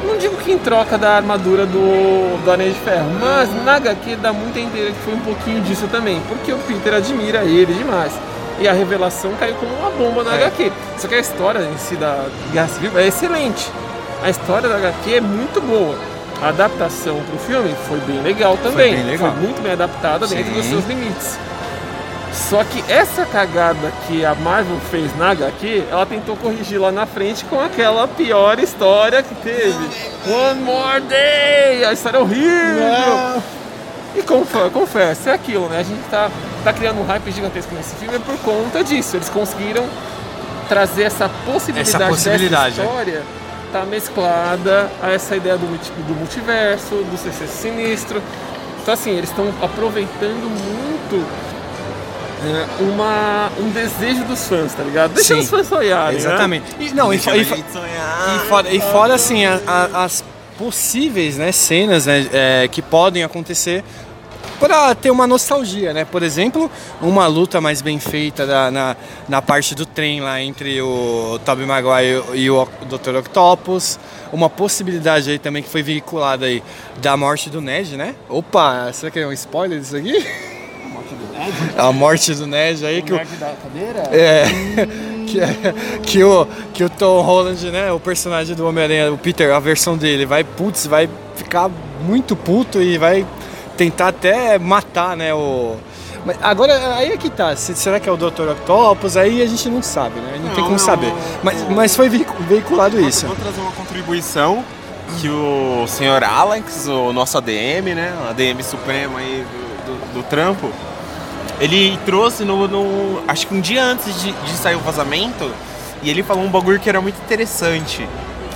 I: Não digo que em troca da armadura do, do Aranha de Ferro, mas na HQ dá muito a entender que foi um pouquinho disso também, porque o Peter admira ele demais. E a revelação caiu como uma bomba na HQ. Só que a história em si da Guerra Civil é excelente. A história da HQ é muito boa. A adaptação para o filme foi é bem legal também.
H: bem legal.
I: muito bem adaptada dentro dos seus limites. Só que essa cagada que a Marvel fez na HQ, ela tentou corrigir lá na frente com aquela pior história que teve. One More Day! A história é horrível! E conf- confesso, é aquilo, né? A gente tá, tá criando um hype gigantesco nesse filme por conta disso. Eles conseguiram trazer essa possibilidade,
H: Essa
I: dessa
H: possibilidade, né?
I: história tá mesclada a essa ideia do, multi- do multiverso, do CC sinistro. Então assim, eles estão aproveitando muito é, uma, um desejo dos fãs, tá ligado? Deixa
H: Sim.
I: os fãs sonharem, né?
H: Exatamente. E, não, e, fa- e fa- e fora, e fora, assim, a- a- as possíveis né, cenas né, é, que podem acontecer para ter uma nostalgia, né? Por exemplo, uma luta mais bem feita da- na, na parte do trem lá entre o Tobey Maguire e o Oc- Dr. Octopus. Uma possibilidade aí também que foi veiculada aí da morte do Ned, né? Opa, será que é um spoiler disso aqui? A morte do Ned aí que o, é. Que, é, que, o, que o Tom Holland, né? O personagem do Homem-Aranha, o Peter, a versão dele, vai, putz, vai ficar muito puto e vai tentar até matar, né? O. Mas agora, aí é que tá. se- será que é o Dr. Octopus? Aí a gente não sabe, né? Não, tem como saber. Mas, mas foi veicu- veiculado isso.
G: Vou trazer uma contribuição que o senhor Alex, o nosso ADM, né? ADM Supremo aí do, do- do trampo, ele trouxe no, no- Acho que um dia antes de, de sair o vazamento, e ele falou um bagulho que era muito interessante.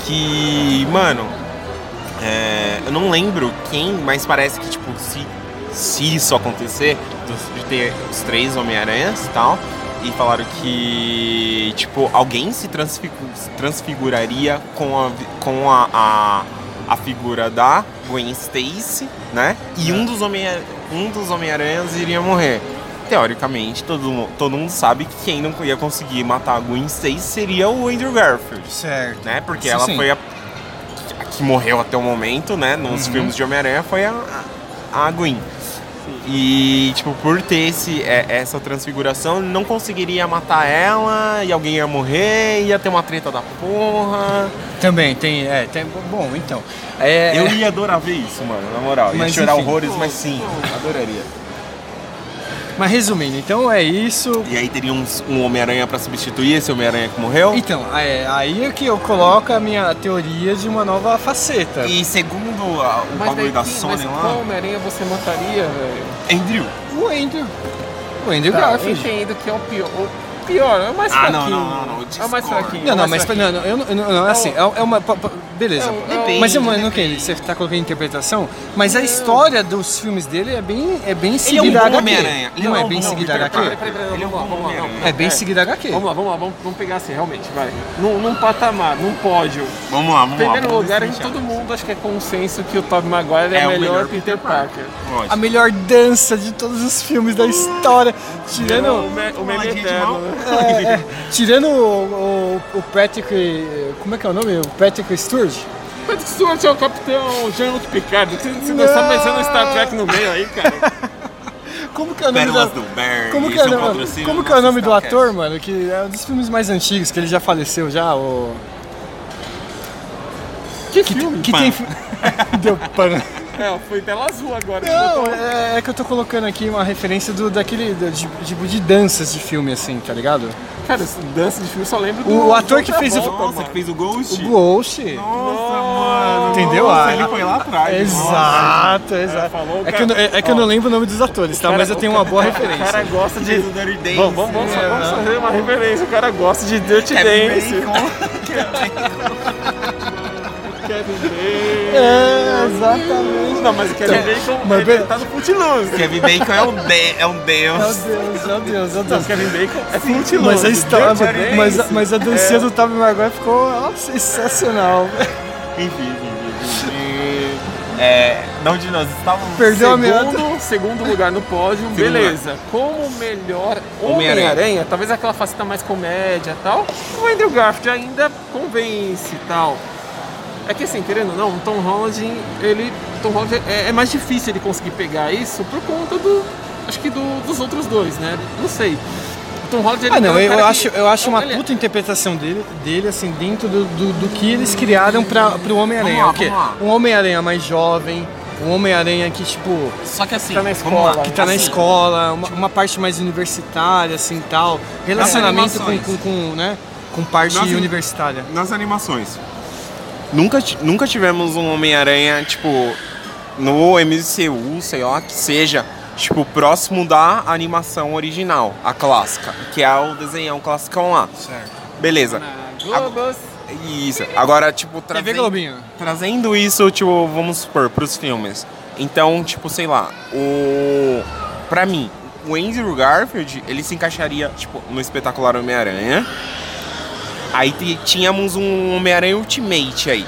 G: Que, mano, é, eu não lembro quem, mas parece que, tipo, se, se isso acontecer, dos- de ter os três Homem-Aranhas e tal, e falaram que, tipo, alguém se, transfigu- se transfiguraria com a, vi- com a, a, a figura da Gwen Stacy, né? E um dos Homem-Aranhas um dos Homem-Aranhas iria morrer. Teoricamente, todo, mu- todo mundo sabe que quem não ia conseguir matar a Gwen Stacy seria o Andrew Garfield,
H: Certo.
G: né? Porque
H: Isso
G: ela
H: sim.
G: foi a que morreu até o momento, né,
H: Uhum.
G: nos filmes de Homem-Aranha, foi a, a a Gwen. E, tipo, por ter esse, é- essa transfiguração, não conseguiria matar ela, e alguém ia morrer, ia ter uma treta da porra.
H: Também tem. É, tem bom, então. É,
G: Eu ia adorar ver isso, mano, na moral. Ia
H: Mas,
G: chorar
H: enfim.
G: horrores, mas sim, adoraria.
H: Mas resumindo, então é isso.
G: E aí teria uns- um Homem-Aranha pra substituir esse Homem-Aranha que morreu.
H: Então, é, aí é que eu coloco a minha teoria de uma nova faceta.
G: E, segundo a- o
I: Mas daí,
G: bagulho da
I: quem-
G: Sony
I: mas qual
G: lá,
I: Homem-Aranha você mataria, velho?
G: Andrew.
H: O Andrew. O Andrew
I: Tá, eu
H: Garfield.
I: entendo que é o pior. O pior, é o mais
G: Ah, não,
I: fraquinho.
G: não, não, não, eu
I: É o mais
G: discordo.
I: fraquinho. é
H: Não,
I: o
H: não, mas
I: mais
H: não, não, eu não, eu não- não, assim, é, é uma. pa- pa- Beleza.
I: fraquinho. É o- é o-
G: Então- Depende.
H: Mas eu não que você tá colocando interpretação, mas a história dos filmes dele é bem, é bem seguida à
G: um bom
H: HQ.
G: Homem-Aranha. então. Ele
H: Não
G: é
H: é
G: um
H: bem
G: bom
H: seguida à
G: Peter
H: HQ.
G: Parker.
I: Peraí, peraí,
G: Ele é um
I: vamos lá,
G: bom
I: vamos lá,
G: Homem-Aranha.
I: não.
H: É bem seguida à HQ.
I: Vamos lá, vamos lá, vamos, vamos pegar assim, realmente, vai. Num, num patamar, num pódio.
G: Vamos lá, vamos lá.
I: Primeiro
G: vamos
I: lugar, em
G: destrinchar.
I: todo mundo acho que é consenso que o Tobey Maguire é,
G: É
I: o
G: o
I: melhor,
G: melhor
I: Peter Parker.
G: Lógico.
H: A melhor dança de todos os filmes da história,
I: O,
H: tirando, é,
I: me, É, o meme
G: Faladinha de
I: eterno.
G: mal.
I: né?
H: tirando o, o, o Patrick, como é que é o nome? O Patrick Sturge.
I: Mas o Stuart é o capitão Jean-Luc Picard. Você, você não tá pensando no Star Trek no meio aí, cara.
H: Como que é o nome
G: Pérolas
H: da-
G: do Berg.
H: Como que
G: esse
H: é, o
G: um
H: nome-
G: patrocínio
H: como
G: do
H: que é o
G: nosso
H: nome do
G: Stalker.
H: ator, mano? Que é um dos filmes mais antigos, que ele já faleceu já, o.
I: Que filme?
H: Que tem. fi- Deu pano.
I: É, eu fui tela azul agora.
H: Não, é, é que eu tô colocando aqui uma referência do daquele. do- de, tipo de danças de filme, assim, tá ligado?
I: Cara, esse dança de filme eu só lembro do.
H: O ator
I: do
H: que fez o-
I: Travolta,
G: Nossa,
I: mano.
G: que fez o Ghost?
H: O
I: Tipo-
H: Ghost.
G: Nossa, mano.
H: Entendeu?
G: Nossa,
H: Ah,
G: ele foi lá atrás.
H: Exato, exato.
I: falou o
H: É que, eu, não- é- é que eu não lembro o nome dos atores, tá?
I: cara-
H: Mas eu tenho uma boa
I: O cara
H: referência.
I: gosta de.
G: Fez o Dirty Dance.
I: Vamos, vamos, vamos,
H: É,
I: vamos
H: né?
I: fazer uma referência. O cara gosta de Dirty
G: Kevin
I: Dance.
G: Bacon.
I: Kevin Bacon.
H: É, exatamente.
I: Não, mas o Kevin Bacon
H: mas
I: ele
H: beleza.
I: tá no Footloose.
G: Kevin Bacon é um, de é um
H: Meu
G: deus.
H: Deus, meu Deus, meu
I: Não,
H: Deus.
I: o Kevin Bacon é Footloose.
H: Mas a história,
I: Dirty
H: mas, a-
I: Dance.
H: mas a
I: É.
H: dancinha do Tobey Maguire ficou ó, sensacional.
G: Enfim, enfim, enfim. E, É, de onde nós estávamos?
H: Perdeu a minha.
I: Segundo, segundo lugar no pódio, beleza. Como melhor
G: Homem-Aranha.
I: Homem-Aranha, talvez aquela faceta mais comédia e tal, o Andrew Garfield ainda convence e tal. É que assim, querendo ou não, o Tom Holland, ele. Tom Holland é, é mais difícil ele conseguir pegar isso por conta do. Acho que do- dos outros dois, né? Não sei. O Tom Holland ele
H: Ah, não,
I: é um
H: eu,
I: cara
H: eu
I: que-
H: acho, eu acho uma
I: ele é-
H: puta interpretação dele, dele assim, dentro do, do, do que eles criaram pra, pro Homem-Aranha. O
G: Vamos lá,
H: quê?
G: vamos
H: Um Homem-Aranha mais jovem, Um Homem-Aranha que, tipo.
I: Só que assim,
H: tá na
I: vamos
H: escola.
I: lá.
H: que tá na
I: Assim,
H: escola, uma, uma parte mais universitária, assim tal. Relacionamento com, com, com, né? Com parte
G: Nas-
H: universitária.
G: Nas animações. Nunca, ti- nunca tivemos um Homem-Aranha, tipo, no MCU, sei lá, que seja, tipo, próximo da animação original, a clássica, que é o desenhão classicão lá.
H: Certo.
G: Beleza.
I: Globos.
G: Isso. Agora, tipo,
H: TV
G: trazendo,
H: Globinho.
G: trazendo isso, tipo, vamos supor, pros filmes. Então, tipo, sei lá, o. Pra mim, o Andrew Garfield, ele se encaixaria, tipo, no espetacular Homem-Aranha. Aí ti- tínhamos um Homem-Aranha Ultimate aí.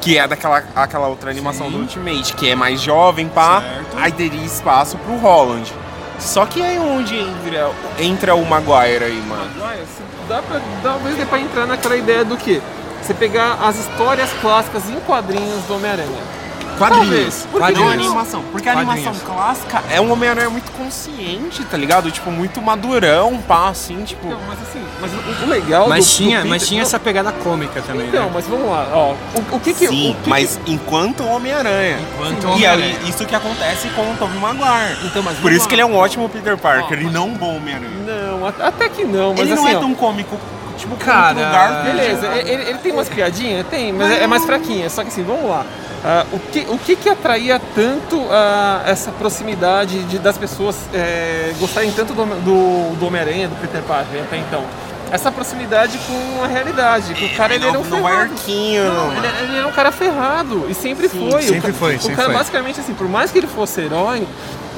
G: Que é daquela aquela outra animação do Ultimate, que é mais jovem, pá.
H: Certo.
G: Aí teria espaço pro Holland. Só que aí é onde entra, entra o Maguire aí, mano.
I: Olha, se dá pra, talvez dê pra entrar naquela ideia do quê? Você pegar as histórias clássicas em quadrinhos do Homem-Aranha. Talvez.
G: Quadrinhos.
I: Por que
G: Não
I: não?
G: animação. Porque a animação
H: Quadrinhos.
G: clássica é um Homem-Aranha muito consciente, tá ligado? Tipo, muito madurão, pá, assim, tipo.
I: Não, mas assim, mas o, o legal do-
H: Mas
I: do
H: tinha,
I: Peter-
H: mas tinha
I: Não,
H: essa pegada cômica também,
I: Então,
H: né?
I: mas vamos lá, ó. O, o que que.
G: Sim,
I: o que que-
G: mas enquanto Homem-Aranha.
H: Enquanto
G: E é
H: Homem-Aranha.
G: isso que acontece com o Tobey Maguire.
I: Então, mas
G: Por
I: vamos
G: isso
I: lá.
G: que ele é um ótimo Peter
I: Ó,
G: Parker e
I: mas-
G: não um bom Homem-Aranha.
I: Não, a- até que não, mas
G: Ele
I: assim.
G: não é
I: ó,
G: tão cômico, tipo,
H: Cara,
G: quanto o Garfield. tipo,
I: Beleza, ele, é ele tem umas piadinhas? Tem, mas é, é mais fraquinha. Só que assim, vamos lá. Ah, o, que, o que que atraía tanto ah, essa proximidade de- das pessoas eh, gostarem tanto do, do, do Homem-Aranha, do Peter Parker até então? Essa proximidade com a realidade. Que o cara ele
G: não,
H: é
I: era um
G: não
I: ferrado.
G: arquinho,
I: Não, ele, ele era um cara ferrado e sempre foi. O
H: sempre
I: ca-
H: foi,
I: O
H: sempre
I: cara
H: foi.
I: basicamente assim, por mais que ele fosse herói,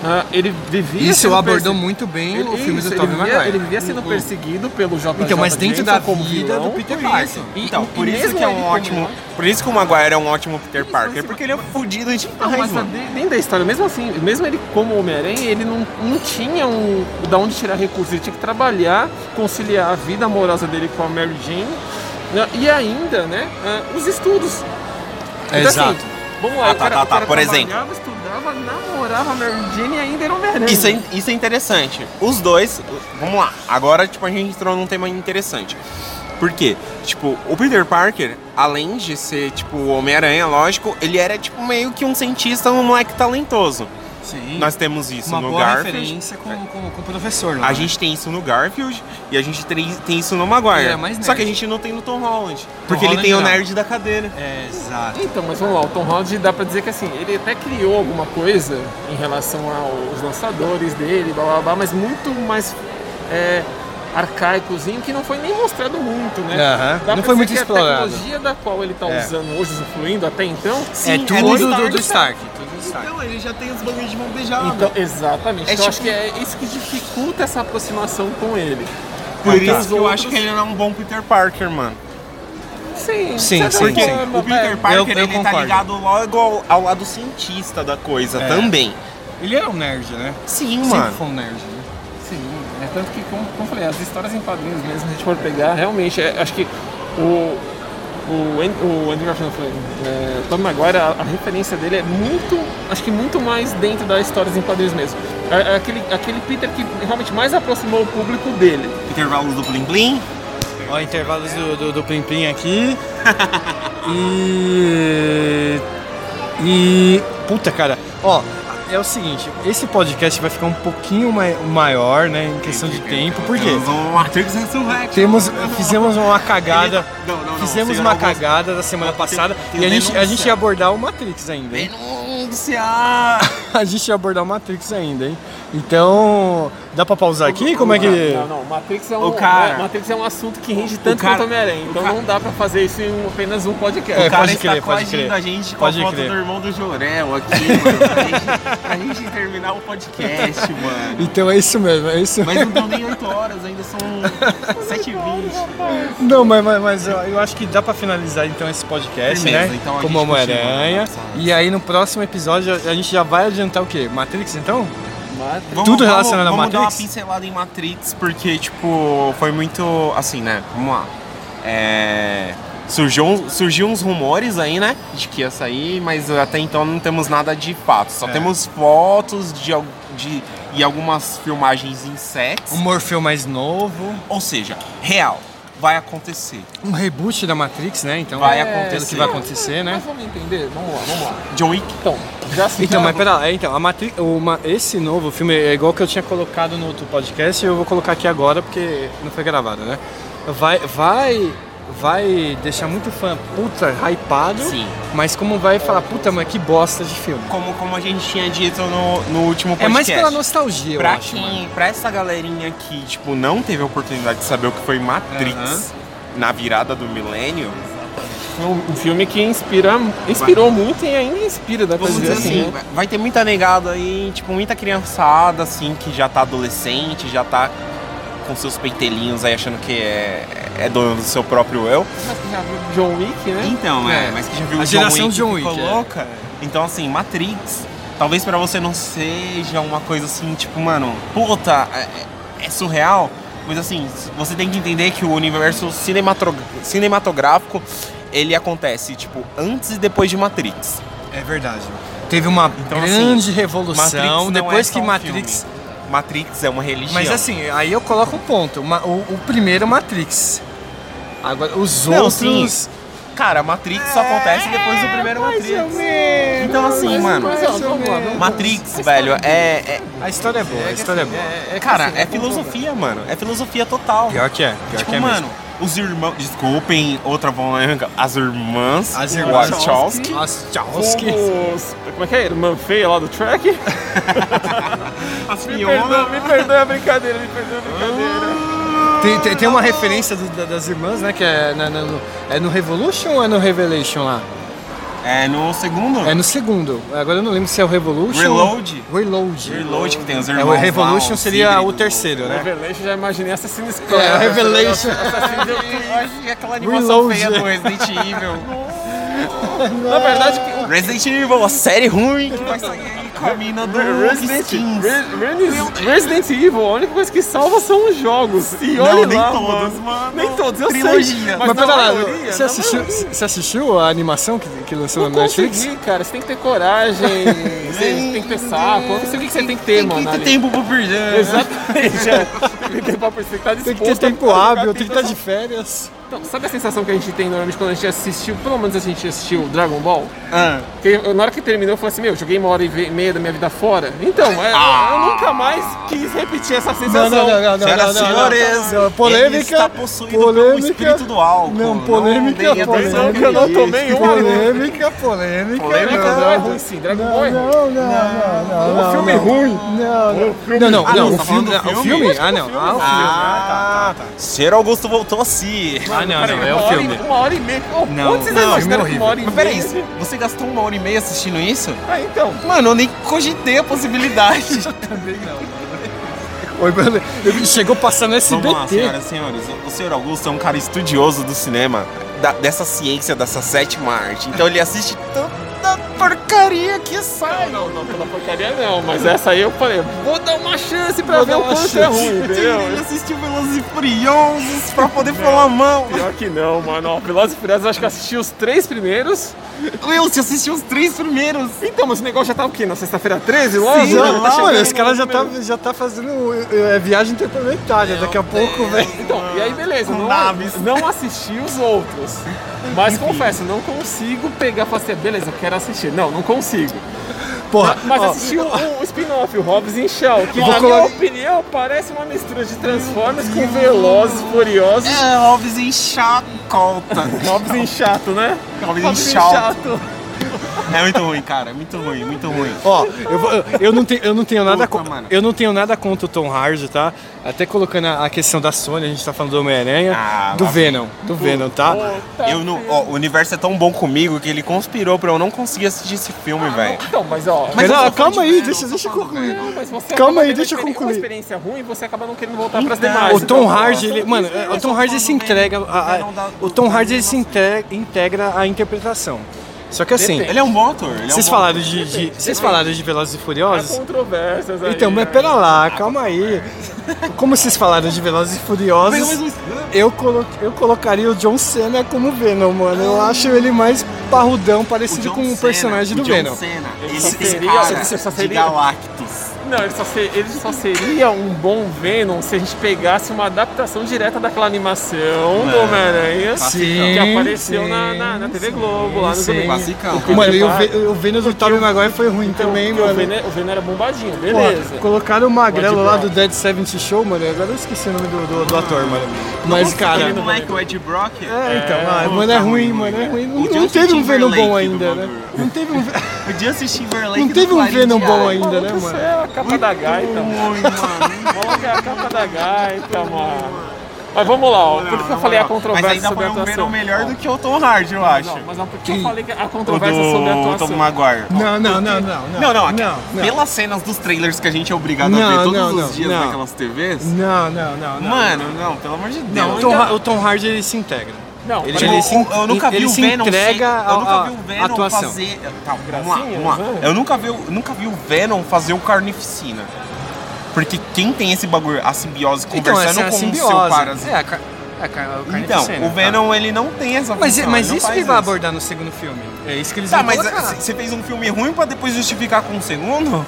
I: ah, ele vivia.
H: Isso
I: sendo
H: abordou
I: perse-
H: muito bem
I: Ele-
H: o filme
I: isso,
H: do
I: ele
H: Tobey
I: vivia-
H: Maguire.
I: Ele vivia sendo
H: O- o-
I: perseguido pelo JJ.
H: Então, mas dentro
I: Jameson
H: da
I: como
H: vida
I: vilão,
H: do Peter
I: por
H: Parker.
I: isso.
G: Então,
I: E-
G: por
I: e
G: isso
I: mesmo
G: que é
I: ele
G: um
I: como
G: ótimo.
I: vilão-
G: Por isso que o Maguire é um ótimo Peter
I: Isso,
G: Parker.
I: mas-
G: Porque ele é fodido
I: Não,
G: demais,
I: Então, mas
G: mano.
I: de- dentro da história, mesmo assim, mesmo ele como Homem-Aranha, ele não, não tinha um, da onde tirar recursos, ele tinha que trabalhar, conciliar a vida amorosa dele com a Mary Jane né, e ainda, né, ah, os estudos. Então, assim,
H: Exato.
I: vamos lá,
G: Ah, tá,
I: o cara,
G: tá,
I: o cara
G: tá, por
I: trabalhava,
G: exemplo.
I: estudava, namorava a Mary Jane e ainda era Homem-Aranha.
G: Isso é, in- isso é interessante. Os dois. Vamos lá. Agora, tipo, a gente entrou num tema interessante. Por quê? Tipo, o Peter Parker, além de ser, tipo, o Homem-Aranha, lógico, ele era, tipo, meio que um cientista, um moleque talentoso.
H: Sim.
G: Nós temos isso
H: uma
G: no
H: boa
G: Garfield. é.
H: referência com, com, com o professor lá.
G: A
H: né?
G: gente tem isso no Garfield e a gente tem tem isso no Maguire.
H: Ele é mais
G: Só
H: nerd.
G: que a gente não tem no Tom Holland. Porque ele
H: Holland
G: tem o
H: não.
G: nerd da cadeira.
H: É, exato.
I: Então, mas vamos lá, o Tom Holland dá pra dizer que assim, ele até criou alguma coisa em relação aos lançadores dele, blá blá blá, mas muito mais é, arcaicozinho que não foi nem mostrado muito, né?
H: Aham,
I: Dá
H: não foi
I: pra dizer
H: muito
I: que A
H: explorado.
I: tecnologia da qual ele tá
H: É.
I: usando hoje, usufruindo até então.
H: é
G: Sim,
H: tudo
G: é do
H: do,
G: Stark.
H: do Stark. Tudo do Stark.
G: Então, ele já tem os bagulhos de mão beijada.
I: Então, exatamente.
G: É tipo-
I: então, acho que é isso que dificulta essa aproximação com ele.
G: por
I: Ah, tá.
G: isso que eu acho que ele não é um bom Peter Parker, mano.
I: Sim,
H: é- Sim,
I: de certa
H: sim,
G: Porque
H: sim.
I: forma, é.
G: o Peter
I: velho.
G: Parker
H: É, Eu- eu
G: ele tá
H: concordo.
G: ligado logo ao, ao lado cientista da coisa
H: É.
G: também.
H: Ele era um nerd, né?
G: Sim,
H: Sempre
G: mano.
H: foi um nerd. Né?
I: Sim, é tanto que, como, como eu falei, as histórias em quadrinhos mesmo, se a gente for pegar, realmente, é- acho que o, o, An- o Andrew Garfield, eu falei, é, Tom Maguire, a, a referência dele é muito, acho que muito mais dentro das histórias em quadrinhos mesmo. É, é aquele, aquele Peter que realmente mais aproximou o público dele.
G: Intervalos do Blim Blim.
H: Ó, intervalos do, do, do Plim Plim aqui. e. E. Puta, cara. Ó, é o seguinte: esse podcast vai ficar um pouquinho mai- maior, né? Em questão de tempo. Por quê?
G: O Matrix Resurrection.
H: Temos, fizemos uma cagada.
G: Não, não, não,
H: Fizemos
G: senhor
H: uma
G: Augusto.
H: cagada da semana passada
G: tem
H: e a gente, a
G: denúncia.
H: gente ia abordar o Matrix ainda. hein?
G: Denunciar!
H: A gente ia abordar o Matrix ainda, hein? Então, dá pra pausar aqui? Como é que.
I: Não, não, Matrix é um,
G: O cara-
I: é, Matrix é um assunto que rende tanto
G: cara-
I: quanto Homem-Aranha, então não dá pra fazer isso em um- apenas um podcast.
H: É,
G: O cara
H: pode
G: está
H: crer, pode
G: coagindo
H: crer.
G: a gente com
H: Pode
G: a foto
H: crer.
G: do irmão do Jorel aqui, mano. Pra gente, pra gente terminar o podcast, mano.
H: Então é isso mesmo, é isso
G: Mas não deu nem 8 horas, ainda são 7h20.
H: Não, mas, mas, mas eu, eu acho que dá pra finalizar então esse podcast,
G: Firmeza,
H: né?
G: então a
H: Como
G: gente
H: Homem-Aranha.
G: continua,
H: E aí no próximo episódio a gente já vai adiantar o quê? Matrix então?
I: Matrix.
G: Vamos-
H: Tudo
G: vamos-
H: relacionado
G: vamos
H: a
G: dar uma
H: Matrix?
G: pincelada em Matrix, porque, tipo, foi muito. Assim, né? Vamos lá. É, Surgiu, um- surgiu uns rumores aí, né? De que ia sair, mas até então não temos nada de fato. Só
H: É.
G: temos fotos de, al- de, e algumas filmagens em sets.
H: Um Morfeu mais novo.
G: Ou seja, real. vai acontecer.
H: Um reboot da Matrix, né? Então
G: Vai
H: é
G: acontecer.
H: pelo que vai acontecer, né?
I: Mas vamos entender, vamos lá, vamos lá.
G: John Wick.
I: Então, já se
H: Então, mas pera lá, é, então, a Matrix, o ma- esse novo filme é igual que eu tinha colocado no outro podcast e eu vou colocar aqui agora porque não foi gravado, né? Vai, vai, vai deixar muito fã, puta, hypado,
G: Sim.
H: mas como vai falar, puta, mas que bosta de filme.
G: Como, como a gente tinha dito no, no último podcast.
H: É mais pela nostalgia, eu
G: pra
H: acho. mano.
G: quem, pra essa galerinha que, tipo, não teve a oportunidade de saber o que foi Matrix na virada do milênio,
I: Foi um um filme que inspira, inspirou muito e ainda inspira, dá pra
G: vamos
I: dizer
G: dizer
I: assim.
G: assim,
I: né?
G: vai ter muita negada aí, tipo, muita criançada, assim, que já tá adolescente, já tá com seus peitelinhos aí achando que é, é dono do seu próprio eu.
I: Mas que já viu John Wick, né?
G: Então, é,
H: É.
G: mas que já viu
H: A
G: o
H: geração John
G: John Wick,
H: Wick, é.
G: coloca. Então, assim, Matrix, talvez pra você não seja uma coisa assim, tipo, mano, puta, é- é, é surreal. Mas assim, você tem que entender que o universo cinematro- cinematográfico, ele acontece, tipo, antes e depois de Matrix.
H: É verdade. Teve uma
G: Então, assim,
H: grande
G: Matrix
H: revolução
G: não
H: depois
G: é só
H: que
G: um
H: Matrix.
G: filme. Matrix é uma religião.
H: Mas assim, aí eu coloco um ponto. Uma- o, o primeiro é Matrix. Agora, os
G: Não,
H: outros.
G: sim. Cara, Matrix só acontece depois do primeiro Matrix. Então assim, mano,
I: Mas, ó, vamos lá, vamos-
G: Matrix, velho, é- é,
H: A história é boa, a história é boa.
G: É, Cara, é filosofia, mano. É filosofia total.
H: Pior que é, pior
G: tipo,
H: que é
G: mano, os irmãos. Desculpem, outra polêmica. As irmãs.
H: As irmãs.
G: Wachowski.
H: mesmo. As
I: Os
H: Tchauski.
I: que- os- Como é que é? Irmã feia lá do track?
G: As
I: Me perdoa, me perdoa a brincadeira, me perdoa a brincadeira.
H: Tem, tem, tem uma referência do- da- das irmãs, né? Que é, na- na- no, é no Revolution ou é no Revelation lá?
G: É no segundo.
H: É no segundo. Agora eu não lembro se é o Revolution.
G: Reload.
H: Reload.
G: Reload que tem os
H: É,
G: irmãos.
H: o Revolution
G: lá, os
H: seria o
G: híbridos.
H: terceiro, né?
I: Revelation, já imaginei Assassin's Creed.
H: É, o Revelation.
G: assim, Eu acho que é aquela animação
H: Reload.
G: feia do Resident Evil.
I: Na verdade,
G: Resident Evil, a série ruim que vai sair aí com a mina do
I: Resident,
G: Skins.
I: Re- Renis- Resident Evil, a única coisa que salva são os jogos. E
G: Não,
I: olha
G: nem
I: lá,
G: todos,
I: mano.
G: mano.
I: Nem todos, eu sei.
G: Trilogia.
H: Mas
I: na
H: pera lá,
I: maioria,
H: você
I: na
H: assistiu,
I: maioria.
H: você assistiu a animação que, que lançou
I: Não
H: no Netflix?
I: consegui, cara. Você tem que ter coragem, você tem que ter saco. Eu não sei o que que você tem que ter, mano.
G: Tem
I: ali.
G: tempo né? pra perder.
I: Exatamente. é. Tem que ter papo, você tá
H: Tem que ter
I: disposto a-
H: tempo
I: a-
H: hábil, tem que estar de férias.
I: Então, sabe a sensação que a gente tem normalmente quando a gente assistiu, pelo menos a gente assistiu Dragon Ball?
G: Ah.
I: Que eu- na hora que terminou, eu falei assim: Meu, joguei uma hora e ve- meia da minha vida fora. Então, é, eu nunca mais quis repetir essa sensação.
G: Senhoras e senhores,
H: não,
G: ele
H: polêmica,
G: está possuído pelo
H: polêmica,
G: espírito do álcool.
H: Não, polêmica,
G: deem atenção
H: polêmica.
I: que eu não tomei uma.
H: Polêmica, polêmica.
I: Polêmica
H: não,
I: não, é ruim sim, Dragon Ball é ruim.
H: Não, não, não, não. O filme ruim. Não, não. Não, não,
G: Ah, não,
H: não. O
G: tá falando
H: filme.
G: do
H: O
G: filme?
H: filme? Ah, não.
I: tá,
H: Ah, o filme.
G: Ah, tá, tá, tá. Ser Augusto voltou assim.
H: Ah, não, não. É
I: uma
H: o
I: hora e-
H: filme. é
I: uma hora e meia. Oh,
G: Não,
I: onde vocês
G: não,
I: imaginaram
H: filme
I: que uma hora e
G: Mas
I: meia?
G: peraí, você gastou uma hora e meia assistindo isso?
I: Ah, então.
G: Mano, eu nem cogitei a possibilidade.
H: Oi, mano. Ele Chegou passando
G: Vamos lá,
H: SBT.
G: senhoras e senhores. O- O senhor Augusto é um cara estudioso do cinema, da- dessa ciência, dessa sétima arte. Então ele assiste tanta porcaria que sai.
I: Não, não, pela porcaria não, mas essa aí eu falei, vou dar uma chance pra
H: Vou
I: ver
H: dar
I: o
H: uma
I: quanto é
H: chance.
I: ruim,
G: Ele
I: entendeu?
G: assistiu Velozes e Furiosos pra poder falar mal.
I: Pior que não, mano. Ó, Velozes e Furiosos, eu acho que eu assisti os três primeiros.
G: Will, você assistiu os três primeiros.
I: Então, mas o negócio já tá o quê? Na sexta-feira 13? Logo?
H: Sim,
I: né?
H: não,
I: tá chegando
H: mano, esse cara
I: no
H: já tá,
I: primeiro.
H: já tá fazendo é, viagem interplanetária daqui a pouco, velho.
I: Então, e aí beleza,
G: Com
I: não,
G: naves.
I: não assisti os outros. Mas confesso, não consigo pegar e falar assim, beleza, eu quero assistir. Não, não consigo.
H: Porra,
I: Mas
H: ó,
I: assisti o, o spin-off, o Hobbs e Shaw, que
H: Vou
I: na
H: colocar-
I: minha opinião parece uma mistura de Transformers com Velozes e Furiosos.
G: É, Hobbs em chacota.
I: Hobbs e chato, né?
G: Hobbs em
I: Hobbs e
G: chacota.
I: chato.
G: É muito ruim, cara. Muito ruim, muito ruim.
H: Ó, eu, vou- eu- eu não tenho, eu não tenho nada
G: Puta,
H: co-
G: mano.
H: eu não tenho nada contra o Tom Hardy, tá? Até colocando a, a questão da Sony, a gente tá falando do Homem-Aranha,
G: Ah,
H: do
G: lá
H: Venom, do Venom, tá?
G: Eu não, ó, o universo é tão bom comigo que ele conspirou pra eu não conseguir assistir esse filme, velho.
I: Então, mas ó.
H: Mas
G: eu
H: não,
G: sou fã
H: calma
G: de
H: aí,
G: Venom,
H: deixa,
G: eu
H: deixa
G: sou
H: eu
G: fã do
H: concluir.
G: Venom.
I: Não, mas você
H: Calma
I: acaba
H: aí,
I: tendo
H: deixa eu
I: experi-
H: concluir.
I: Uma experiência ruim, você acaba não querendo voltar pras
G: Então,
I: demais.
H: Ah, O Tom
I: então, ó,
H: Hardy, ele,
I: são
H: mano,
I: isso mesmo.
H: o Tom Hardy se entrega, a- a-
G: Venom dá-
H: o Tom Hardy ele se integra, integra a interpretação. Só que assim,
G: Ele é um bom ator. Ele é um
H: vocês
G: bom
H: falaram de, de- vocês falaram de Velozes e
I: Há
H: Furiosos.
I: controvérsias aí.
H: Então, mas
I: né?
H: pera lá, calma aí. Como vocês falaram de Velozes e Furiosos, eu, colo- eu colocaria o John Cena como Venom, mano. Eu acho ele mais parrudão,
G: O
H: parecido
G: John
H: com o
G: Cena,
H: personagem
G: o
H: do
G: John
H: Venom.
G: Cena,
I: Ele
G: ele
I: só
G: tem
I: seria-
G: cara
I: só
G: de
I: seria-
G: Galactus.
I: Não, ele só, ser- ele só seria um bom Venom se a gente pegasse uma adaptação direta daquela animação do
H: É.
I: Homem-Aranha
K: Sim,
I: que apareceu
K: sim,
I: na, na, na TV Globo lá no
K: Sim.
I: domingo. Porque
H: Mano, é
I: de
H: e o,
I: fato-
H: Ve- o Venus do Tobey Maguire foi ruim também,
I: porque o
H: mano.
I: Venom, é, o Venom era bombadinho,
H: Pô,
I: beleza.
H: colocaram o magrelo
I: Ed
H: lá
I: Brock.
H: do Dead 70 Show, mano. e Agora eu esqueci o nome do, do- do ator, mano. Mas, cara.
G: Aquele moleque, o Ed Brock.
H: É, então, ah, mano,
G: tá
H: é ruim, mano, é ruim. Não, não teve um Venom bom ainda, né? Não teve um,
G: o Justin Timberlake.
H: não
G: do
H: teve um
G: Clarim
H: Venom
G: Diário.
H: bom ainda, né,
I: Maluco,
H: mano?
I: isso é a capa da gaita, mano. Coloca a capa da gaita, mano. Mas vamos lá, ó. Por isso que eu falei a
G: Mas
I: controvérsia
G: ainda
I: sobre
G: foi
I: a
G: um Venom
I: atuação.
G: melhor do que o Tom Hardy, eu acho.
I: Não, mas não, por que eu falei que a controvérsia sobre a
G: O
I: atuação?
G: Tom Maguire.
H: Não, não, não, não.
G: Não, não, aqui-
H: não.
G: pelas cenas dos trailers que a gente é obrigado a
H: Não,
G: ver todos
H: não,
G: os
H: não,
G: dias
H: não.
G: naquelas TVs.
H: Não, não, não, não.
G: Mano, não, pelo amor de Deus.
H: Não, o Tom, Ha- o Tom Hardy ele se integra.
I: Não,
H: ele,
G: Tipo,
H: ele se,
G: eu nunca vi
H: ele
G: o
H: se
G: Venom
H: entrega
G: ser- eu nunca
H: à-
G: vi o
H: à
G: Venom
H: atuação.
G: fazer. Tá, vamos lá,
I: Gracinha,
G: vamos lá.
I: né?
G: Eu nunca vi, o- nunca vi o Venom fazer o Carnificina. Porque quem tem esse bagulho, a simbiose
H: Então,
G: conversando
H: essa é a
G: com o
H: simbiose.
G: seu parasita.
H: É, a, ca- a, ca- o
G: Então,
H: carnificina,
G: o
H: tá.
G: Venom ele não tem essa
H: Mas, é,
G: função,
H: mas
G: ele não
H: isso que
G: faz
H: ele vai abordar no segundo filme. É isso que eles
G: Tá,
H: vão
G: mas
H: colocar.
G: você fez um filme ruim pra depois justificar com o segundo?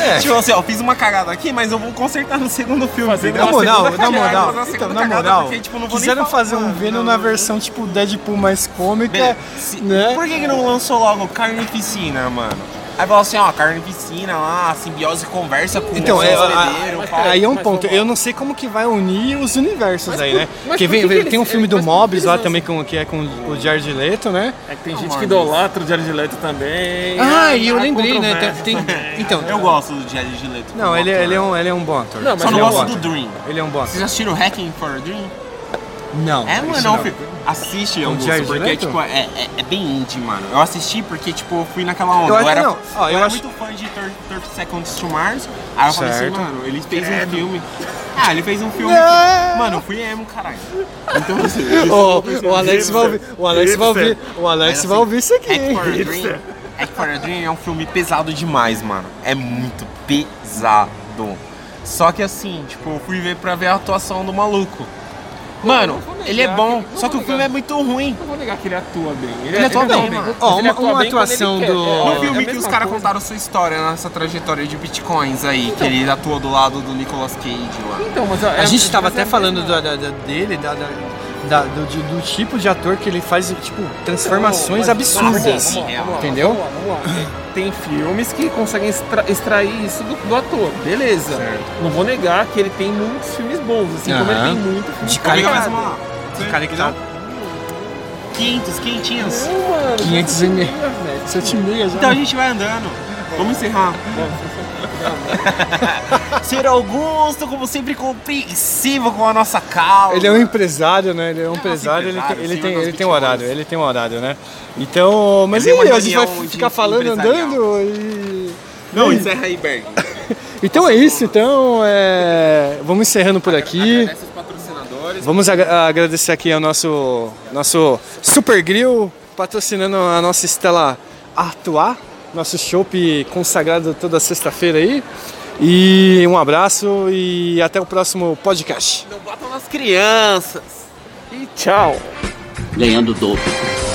G: É. Tipo assim, ó, fiz uma cagada aqui, mas eu vou consertar no segundo filme.
I: Fazendo
G: entendeu? Assim,
H: Na moral, na
G: cagada,
H: moral,
G: fazer uma
H: então,
G: segunda
H: na
G: cagada,
H: moral,
G: porque, tipo, não vou nem
H: quiseram
G: falar.
H: fazer um Venom na versão tipo Deadpool mais cômica,
G: Beleza. Se-
H: né?
G: Por que, que não lançou logo Carnificina, mano? Aí falou assim, ó, Carnificina lá, a simbiose conversa com
H: Então,
G: o
H: é,
G: hospedeiro,
H: a-
G: pau.
H: aí é um
I: mas
H: ponto.
I: vamos lá.
H: Eu não sei como que vai unir os universos aí, né?
I: mas
H: Porque
I: por
H: vem,
I: que que
H: vem-
I: eles-
H: tem um filme do
I: mas por que
H: Mobs
I: eles
H: lá
I: lançam?
H: também com, que é com o Jared Leto, né?
I: É que tem gente que idolatra o Jared Leto também.
H: Ah,
I: É,
H: e eu
I: há
H: lembrei, né?
I: controvérsia.
H: Tem- tem- então,
G: Eu gosto do Jared Leto.
H: Não,
G: como
H: ele, é-
G: É um ator.
H: ele, é um, ele é um bom ator.
I: Não, mas
G: Só não
H: ele é um
G: gosto
H: bom
G: do
H: ator.
G: Dream.
H: Ele é um bom
G: Vocês
H: ator.
G: já assistiram Hacking for a Dream?
H: Não.
G: É,
H: isso
G: mano, é um filme. Assiste, é um
H: Com Jared
G: gosto, porque é,
H: Leto?
G: tipo, é, é, é bem indie, mano. Eu assisti porque, tipo, eu fui naquela onda.
H: Eu
G: Eu,
H: acho-
G: era,
H: não, ó,
G: eu
H: eu
G: era
H: acho-
G: muito fã de 30 Seconds to Mars. Aí eu falei assim,
H: Certo.
G: mano, ele fez um filme. Ah, ele fez um filme.
H: Não.
G: Mano, eu fui emo, caralho. Então, assim.
H: Ô, o Alex vai ouvir, o Alex vai ouvir, o Alex
G: Mas,
H: vai
G: assim, né?
H: ouvir isso aqui.
G: Hack for a
H: hein?
G: Dream. Hack for a Dream é um filme pesado demais, mano. É muito pesado. Só que assim, tipo, eu fui ver pra ver a atuação do maluco. Mano,
I: vou negar
G: ele é bom,
I: que- não
G: só que
I: vou
G: o filme
I: negar.
G: é muito ruim.
I: Não vou negar que ele atua bem. Ele,
G: atua
I: atua
G: bem,
I: bem,
G: mano.
I: mas
H: Ó,
I: ele
H: uma-
I: atua
H: uma
I: bem quando ele
H: atuação
I: quer.
H: do-
I: É,
G: No
I: é a
G: filme que
I: mesma
G: os caras
I: coisa.
G: contaram sua história nessa trajetória de bitcoins aí, que ele atua do lado do Nicolas Cage lá.
I: Então, mas
H: A gente tava até falando do- da- da- dele, da- da- da- do, de- do tipo de ator que ele faz, tipo, transformações absurdas.
G: vamos lá, vamos
H: Entendeu?
I: Tem filmes que conseguem extra- extrair isso do, do ator, beleza. Não vou negar que ele tem muitos filmes bons, assim como ele
H: Aham.
I: tem muito filme
H: De
G: Comigo
H: caricato.
G: mesmo, ó.
H: De
G: tá-
H: caricato.
G: 500, quentinhos.
I: bom, mano.
H: 500 ml.
I: velho.
H: 7 meia já.
G: Então a gente vai andando. Vamos encerrar. Senhor Augusto, como sempre, compreensivo com a nossa causa.
H: Ele é um empresário, né? Ele é um
G: nosso
H: empresário, ele tem,
G: empresário,
H: ele
G: sim,
H: tem,
G: nós
H: ele tem um
G: bitcoins.
H: horário, ele tem um horário, né? Então, mas e
G: Ele tem
H: aí,
G: uma
H: a gente vai
G: reunião de
H: ficar falando,
G: empresarial.
H: andando e...
G: Não, encerra aí, Berg.
H: Então é isso, então é... vamos encerrando por aqui.
G: Agradece os patrocinadores.
H: Vamos agra- agradecer aqui ao nosso, nosso Super Grill, patrocinando a nossa Estela Artois, nosso chopp consagrado toda sexta-feira aí. E um abraço e até o próximo podcast.
G: Não botam nas Então crianças.
I: E tchau.
B: ganhando dobro.